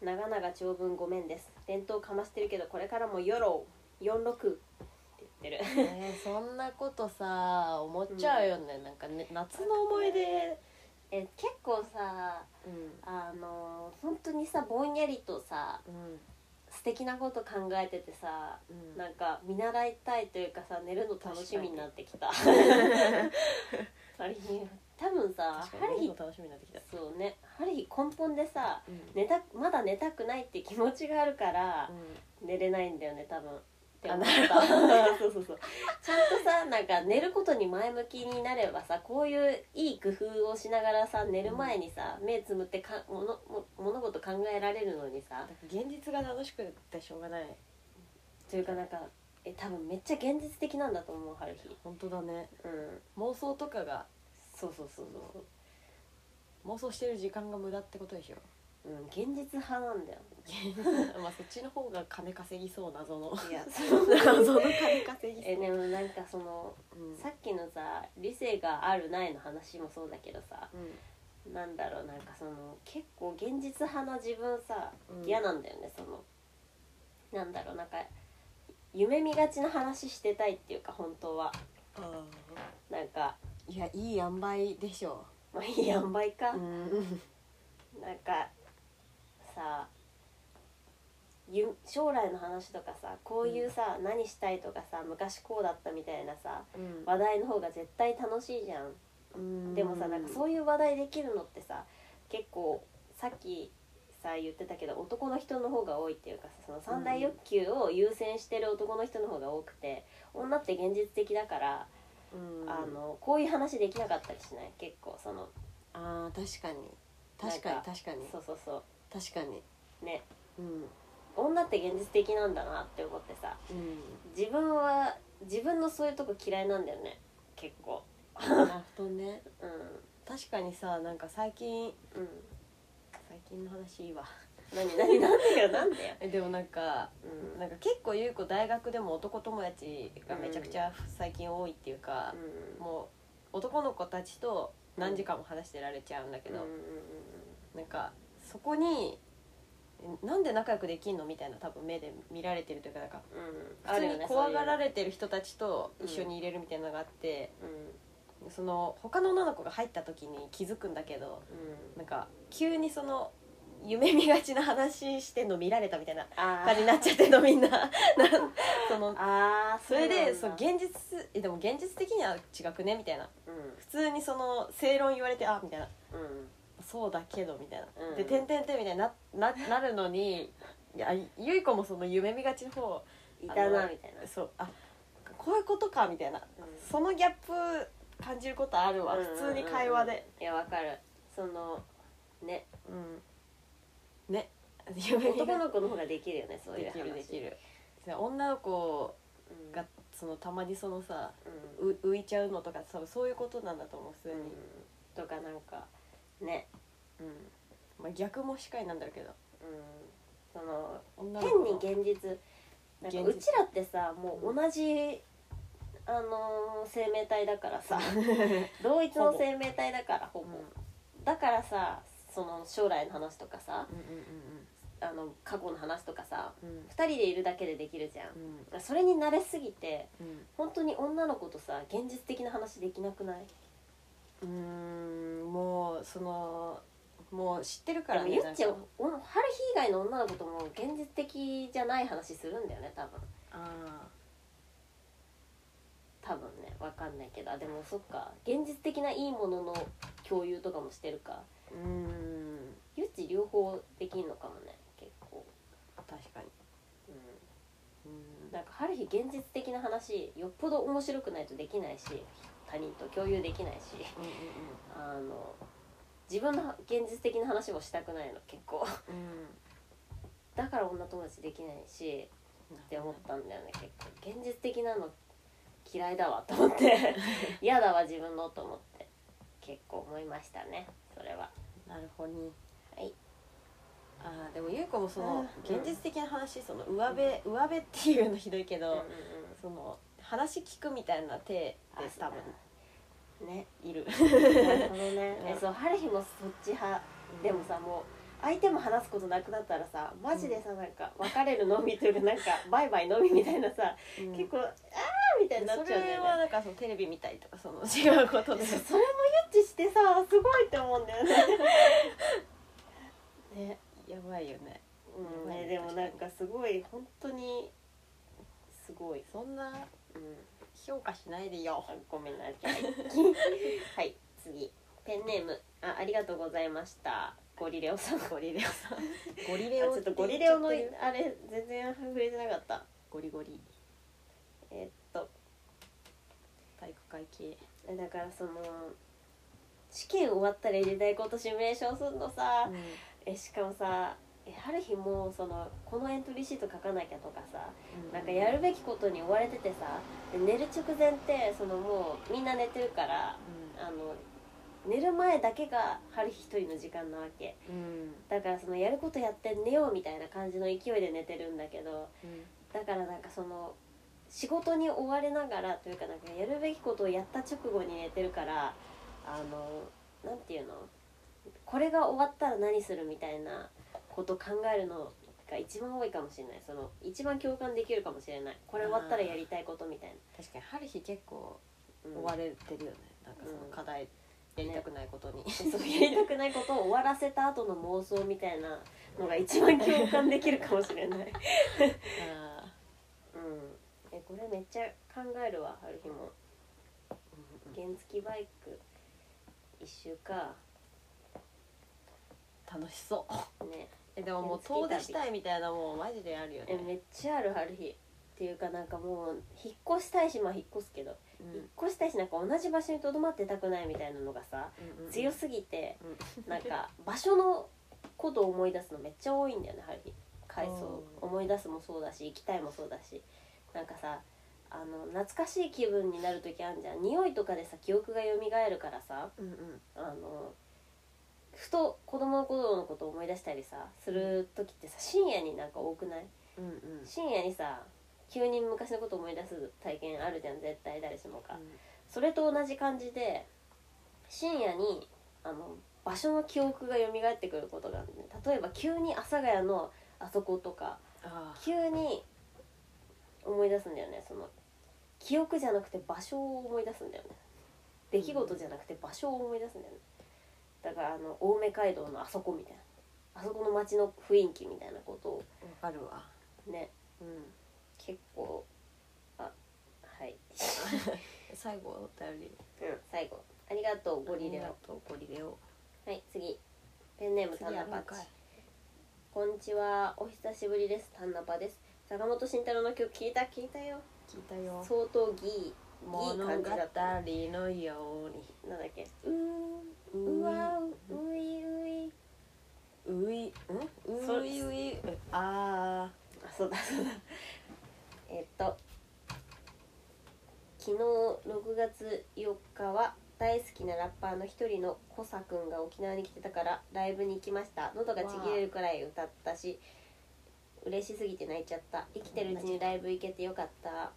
長々長文ごめんです伝統かましてるけどこれからもよろ46って言ってるねそんなことさ思っちゃうよね、なんかね夏の思い出え結構さうあの本当にさぼんやりとさんうん素敵なこと考えててさうんなんか見習いたいというかさ寝るの楽しみになってきた [laughs] あれ多分さ確か春に日僕も楽しみになってきた、そうね春日根本でさうん寝たまだ寝たくないって気持ちがあるから寝れないんだよね多分って思っあなた [laughs] そうそうそうちゃんとさなんか寝ることに前向きになればさこういういい工夫をしながらさ寝る前にさ目つむってかものも物事考えられるのにさ現実が楽しくてしょうがないというかなんかえ多分めっちゃ現実的なんだと思う春日本当だねうん妄想とかがそうそうそうそう妄想してる時間が無駄ってことでしょうん、現実派なんだよまあそっちの方が金稼ぎそう謎のい [laughs] や [laughs] 謎の金稼ぎそうえでもなんかそのうんさっきのさ理性があるないの話もそうだけどさなんだろうなんかその結構現実派な自分さうん嫌なんだよね、そのなんだろうなんか夢見がちな話してたいっていうか本当はあなんかーいやいい塩梅でしょまあいい塩梅か、うんなんかさゆ将来の話とかさこういうさ、何したいとかさ昔こうだったみたいなさ話題の方が絶対楽しいじゃん、うんでもさなんかそういう話題できるのってさ結構さっきさ言ってたけど男の人の方が多いっていうかさその三大欲求を優先してる男の人の方が多くて女って現実的だから、うんあのこういう話できなかったりしない結構そのあー確かに確かなにんか確かにそうそうそ確かにうねうん女って現実的なんだなって思ってさうん自分は自分のそういうとこ嫌いなんだよね結構なるほどねうん確かにさなんか最近うん最近の話い [laughs] いわ何何なんだよなん [laughs] だよえでもなんかうんなんか結構優子大学でも男友達がめちゃくちゃ最近多いっていうか、うもう男の子たちと何時間も話してられちゃうんだけんうんど、なんかそこにえなんで仲良くできんのみたいな多分目で見られてるというかなんかうんうんあ普る通よにね怖がられれてる人たちと一緒に入れるみたいなのがあって、うんその他の女の子が入った時に気づくんだけどうんなんか急にその夢見がちな話してんの見られたみたいなあ感じになっちゃってんの [laughs] みんななんそのあーそれでうそうなんだ現実えでも現実的には違くねみたいなうん普通にその正論言われてあみたいなうんそうだけどみたいな、うんで「てんてんてん」みたいになななるのにいやゆい子もその夢見がちの方いたなみたいなそうあこういうことかみたいなうんそのギャップ感じることあるわうんうんうん普通に会話でいやわかるその [laughs] ねうんね夢見男がの子の方ができるよねそういうで話きるできる女の子うんがそのたまにそのさうんう浮いちゃうのとか多分そういうことなんだと思う普通に、うんとかなんかねうんまあ、逆もしかりなんだろうけどうんその女の変に子現実なんか現実うちらってさもう同じ、あのー生命体だから [laughs] さ同一の生命体だからほぼ、うんだからさその将来の話とかさうんあの過去の話とかさうんうんうん2人でいるだけでできるじゃん、うんそれに慣れすぎてうん本当に女の子とさ現実的な話できなくないうんうーんもうそのもう知ってるかでらもねゆっちゃんなんかお春日以外の女の子とも現実的じゃない話するんだよね多分あ多分ねわかんないけどあでもそっか現実的ないいものの共有とかもしてるかーうーんゆっち両方できんのかもね結構、確かにううんん、なんか春日現実的な話よっぽど面白くないとできないし他人と共有できないしうんうんあの自分の現実的な話もしたくないの結構うんうんだから女友達できないしって思ったんだよね結構現実的なの嫌いだわと思って嫌だわ自分のと思って結構思いましたねそれはなるほどねはいあーでもゆう子もそのうん現実的な話その上辺上辺っていうのひどいけうんどその話聞くみたいな手で多分ねいるなるほどねうん [laughs] えそう春日もそっち派でもさもう相手も話すことなくなったらさマジでさなんか別れるのみというか [laughs] なんかバイバイのみみたいなさうん結構ああみたいになっちゃうんそだよねれはなんかそのテレビ見たりとかその違うことでそそれも誘致してさすごいって思うんだよねね,、 [laughs] やばいよねうん、ねでもなんかすごい本当にすごい、そんなうん、評価しないでよあごめんなさい [laughs] はい次ペンネームあありがとうございましたゴリレオさんゴリレオさんゴリあレちオょっとゴリレオのあれ全然触れてなかったゴリゴリえっと体育会系だからその試験終わったらやりたいことシミュレーションすんのさ、えしかもさえある日もうそのこのエントリーシート書かなきゃとかさなんかやるべきことに追われててさで寝る直前ってそのもうみんな寝てるからあの寝る前だけが春日一人の時間なわけうんうんだからそのやることやって寝ようみたいな感じの勢いで寝てるんだけどだからなんかその仕事に追われながらというかなんかやるべきことをやった直後に寝てるからあのなんていうのこれが終わったら何するみたいなこと考えるのが一番多いかもしれないその一番共感できるかもしれないこれ終わったらやりたいことみたいな、確かに春日結構うん追われてるよねなんかそのうん課題やりたくないことに [laughs] そうやりたくないことを終わらせた後の妄想みたいなのが一番共感できるかもしれないうんあえこれめっちゃ考えるわ春日もーうんうん原付バイク一周か楽しそうねえでももう遠出したいみたいなもうマジであるよえねめっちゃある春日っていうかなんかもう引っ越したいしまあ引っ越すけど、うん引っ越したいしなんか同じ場所にとどまってたくないみたいなのがさうんうん強すぎてうんなんか場所のことを思い出すのめっちゃ多いんだよね春日回想うん思い出すもそうだし行きたいもそうだしなんかさあの懐かしい気分になる時あんじゃん匂いとかでさ記憶が蘇るからさうんうんあのふと子供の頃のことを思い出したりさする時ってさ深夜になんか多くないうんうん深夜にさ急に昔のこと思い出す体験あるじゃん絶対誰しもが、うそれと同じ感じで深夜にあの場所の記憶が蘇ってくることがある、ね、例えば急に阿佐ヶ谷のあそことかんあ急に思い出すんだよねその記憶じゃなくて場所を思い出すんだよね出来事じゃなくて場所を思い出すんだよねだからあの青梅街道のあそこみたいなあそこの街の雰囲気みたいなことをーわかるわねうん結構あはい、 [laughs] 最後お便り最後ありがとうゴリレありがオとうゴリレオはい次ペンネームタンナパッチこんにちはお久しぶりですタンナパです坂本慎太郎の曲聞いた聞いたよ聞いたよ相当ギー物語感じだったのようになんだっけうーうわうういういいうういういういうああそうだそうだえっと昨日6月4日は大好きなラッパーの一人のコサくんが沖縄に来てたからライブに行きました喉がちぎれるくらい歌ったし嬉しすぎて泣いちゃった生きてるうちにライブ行けてよかった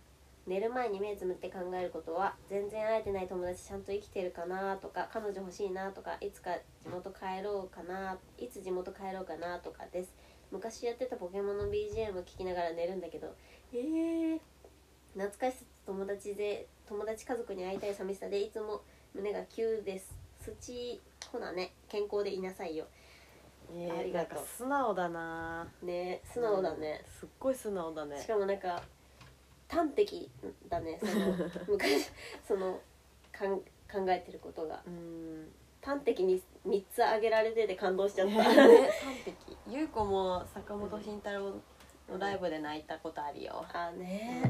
寝る前に目つむって考えることは全然会えてない友達ちゃんと生きてるかなとか彼女欲しいなとかいつか地元帰ろうかないつ地元帰ろうかなとかです昔やってたポケモンの BGM を聴きながら寝るんだけどえー、懐かしさと友達で友達家族に会いたい寂しさでいつも胸が急です土ほなね健康でいなさいよーあありりががとうとう素直だなね素直だねうん、すっごい素直だねしかもなんか端的だねその [laughs] 昔そのかん考えてることがうん端的に3つ挙げられてて感動しちゃったね [laughs] 完璧ゆうこも坂本慎太郎のライブで泣いたことあるよ、あーね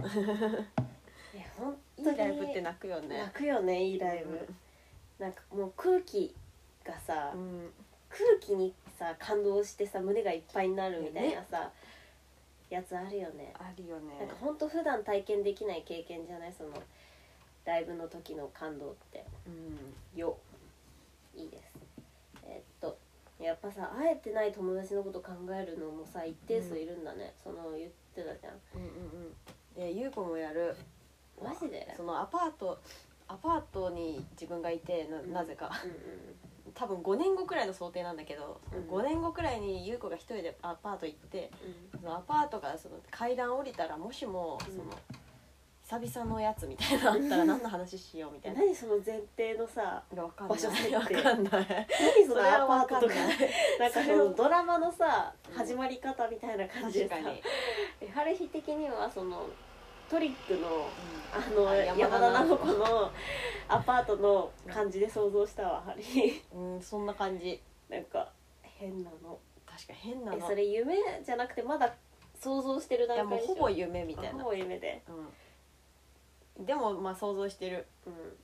いや本当にいいライブって泣くよね泣くよねいいライブ、なんかもう空気がさ、うん空気にさ感動してさ胸がいっぱいになるみたいなさ、やつあるよねあるよねなんかほんと普段体験できない経験じゃないそのライブの時の感動ってうんよいいですえっとやっぱさ会えてない友達のこと考えるのもさ一定数いるんだね、その言ってたじゃんうんうんうんえゆうこもやるマジでそのアパートアパートに自分がいてななぜかうん多分5年後くらいの想定なんだけど、うん5年後くらいに優子が一人でアパート行ってそのアパートからその階段降りたらもしもうんその久々のやつみたいなのあったら何の話しようみたいな。何その前提のさわかん場所ない。わ設定かんない。何そ [laughs] そのれはアわパーかトんとかない [laughs] なんかそそれのをドラマのさうん始まり方みたいな感じで確さかに。え春日的にはそのトリックのああの山田山田奈直緒子子のアパートの感じで想像したわ春日うん、そんな感じ。なんか変なの確かに変なえの。それ夢じゃなくてまだ想像してるいや段もう階でしょほぼ夢みたいあなほ。ぼ夢でうん。でもまあ想像してる。うん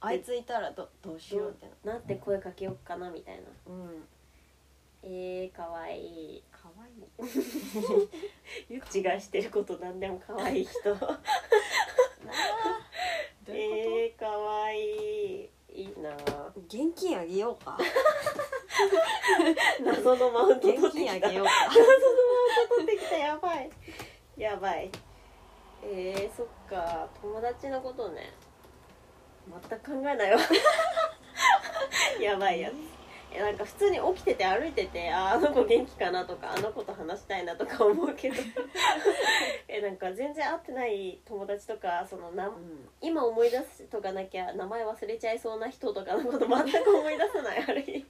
あいついたらどどうしようみたいな。なんて声かけよっかなみたいなうん。えー、かわいい可愛い。ゆっちがしてること何でもかわいい人なあ。どういうこえー、かわいいいいなぁと？現金あげようか。謎のマウント取現って金あきたげよう謎のマウントか。取ってきたやばいやばいえー、そっか友達のことね全く考えないわ [laughs] やばいやつえなんか普通に起きてて歩いててあーあの子元気かなとかあの子と話したいなとか [laughs] 思うけどえなんか全然会ってない友達とかそのなんうん。今思い出すとかなきゃ名前忘れちゃいそうな人とかのこと全く思い出さないある [laughs] 日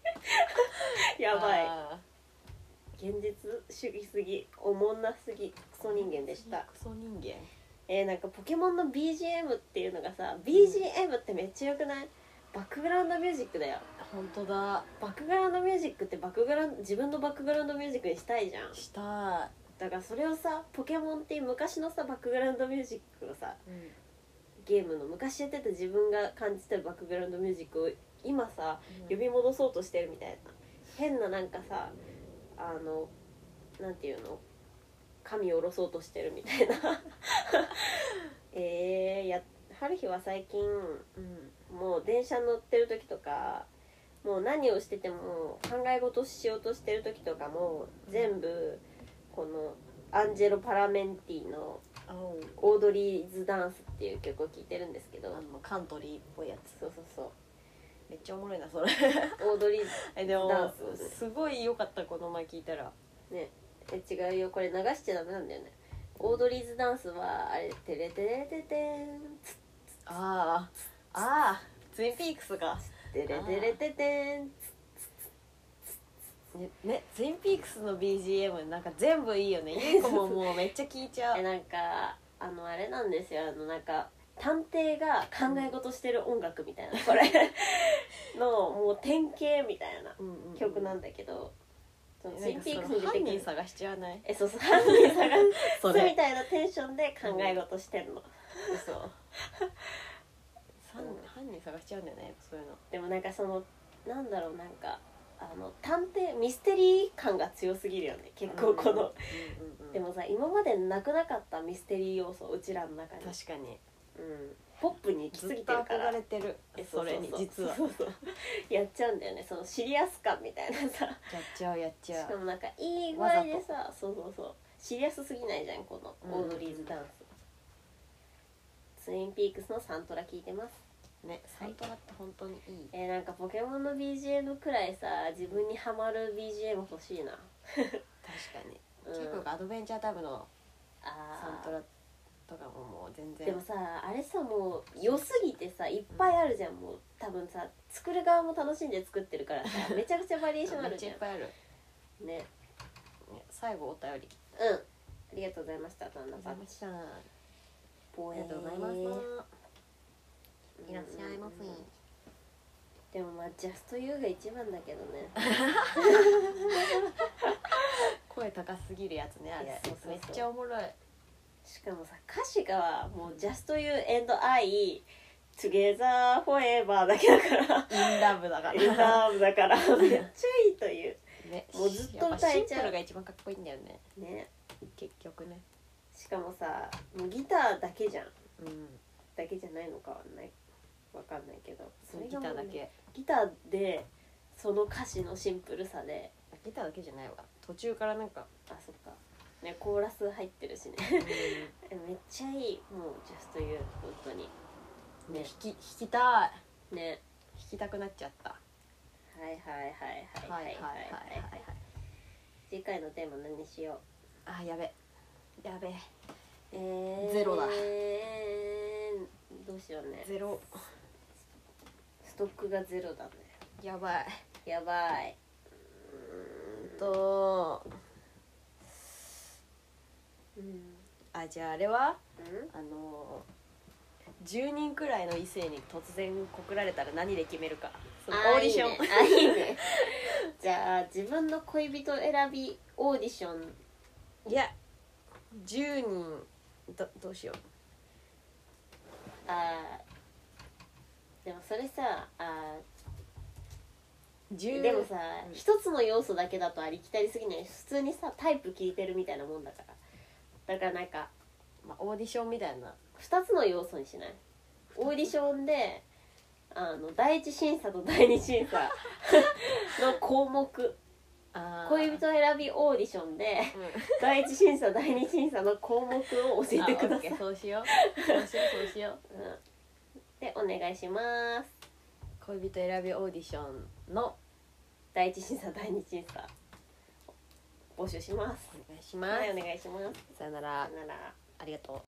やばいあ現実主義すぎおもんなすぎクソー。人間でしたクソ人間。えー、なんかポケモンの BGM っていうのがさ BGM ってめっちゃよくないバックグラウンドミュージックだよ本当だ。バックグラウンドミュージックってバックグラウン自分のバックグラウンドミュージックにしたいじゃんしただからそれをさポケモンっていう昔のさバックグラウンドミュージックをさい。うん。ゲームの昔やってた自分が感じてるバックグラウンドミュージックを今さ呼び戻そうとしてるみたいな変ななんかさあのなんていうの神を下ろそうとしてるみたいな [laughs] えー、や春日は最近うん。もう電車乗ってる時とかもう何をしてても考え事しようとしてる時とかも全部このアンジェロ・パラメンティのあおう「オードリーズ・ダンス」っていう曲を聴いてるんですけどあのカントリーっぽいやつ。そうそうそめっちゃおもろいな [laughs] それ。うオードリーえでダンもスすごい良かったこの前聞いたら。え違うよこれ流しちゃダメなんだよねオードリーズダンスはあれ「テレテレテテンツああああツインピークスが、テレテレテテンツねねツインピークスの BGM なんか全部いいよねゆいこももうめっちゃ聞いち」ゃ [laughs] えうなんかあのあれなんですよあのなんか探偵が考え事してる音楽みたいなこれのもう典型みたいなうんうんうん曲なんだけど、そのツイなんンかピそーのクスに出犯人てくる探しちゃわないえそうそう犯人探すそみれたいなテンションで考え事してんの、嘘犯犯人探しちゃうんだよねそういうのでもなんかそのなんだろうなんかあの探偵ミステリー感が強すぎるよね結構この、うんうんうんでもさ今までなくなかったミステリー要素うちらの中に、確かにうん、ポップに行き過ずぎてっるとから憧れてるえうそうれにう実はそうそうやっちゃうんだよねそのシリアス感みたいな [laughs] さやっちゃうやっちしゃかうもなんかいい具合でさそうそうそうシリアスすぎないじゃんこのうんオードリーズダンス、ツインピークスのサントラ聞いてますねサントラって本当にいいえーなんかポケモンの BGM くらいさ自分にハマる BGM 欲しいな、確かにうん結構アドベンチャータイムのサあンートラとかももう全然でもさあれさもう良すぎてさいっぱいあるじゃんもう多分さ作る側も楽しんで作ってるから [laughs] さめちゃくちゃバリエーションあめるっちじゃゃいっぱいあるんねね最後お便りうんありがとうございました旦あ那さんしたあありがとうございます、いいらっしゃいませでもまあジャストユーが一番だけどね声高すぎるやつねあいやれそうそうそうめっちゃおもろいしかもさ歌詞がもう「ジャストユーエンドアイ」「トゥゲザーフォーエバー」だけだからインラブだかエらザーブ [laughs] だからめっちゃいいというねもうずっと歌えちやっぱシンゃうプルが一番かっこいいんだよねね結局ねしかもさもうギターだけじゃんうんだけじゃないのかはないわかんないけどそれギタがーもうねだけギターでその歌詞のシンプルさでギターだけじゃないわ途中からなん [laughs] かあそっかねコーラス入ってるしね [laughs] うんえめっちゃいいもうジャストユー本当にね弾き弾きたねい弾きたくなっちゃったはいはいはいはいはいはいはい次回のテーマ何にしようあやべやべえーゼロだえーどうしようねゼロストックがゼロだねやばいやばいうんとうんあじゃああれはうんあの10人くらいの異性に突然告られたら何で決めるかそのオーディションあいいねあいい [laughs] ねじゃあ自分の恋人選びオーディションいや10人どどうしよあーでもそれさあうー10でもさうん一つの要素だけだとありきたりすぎない普通にさタイプ聞いてるみたいなもんだからだからなんかまあ、オーディションみたいな2つの要素にしないオーディションであの第一審査と第二審査の項目 [laughs] あー恋人選びオーディションでうん第一審査第二審査の項目を教えてくださいあオッケーそうしようそうしようそうしよううんでお願いします恋人選びオーディションの第一審査第二審査募集しますお願いしまはいすお願いしますさよなさらよならありがとう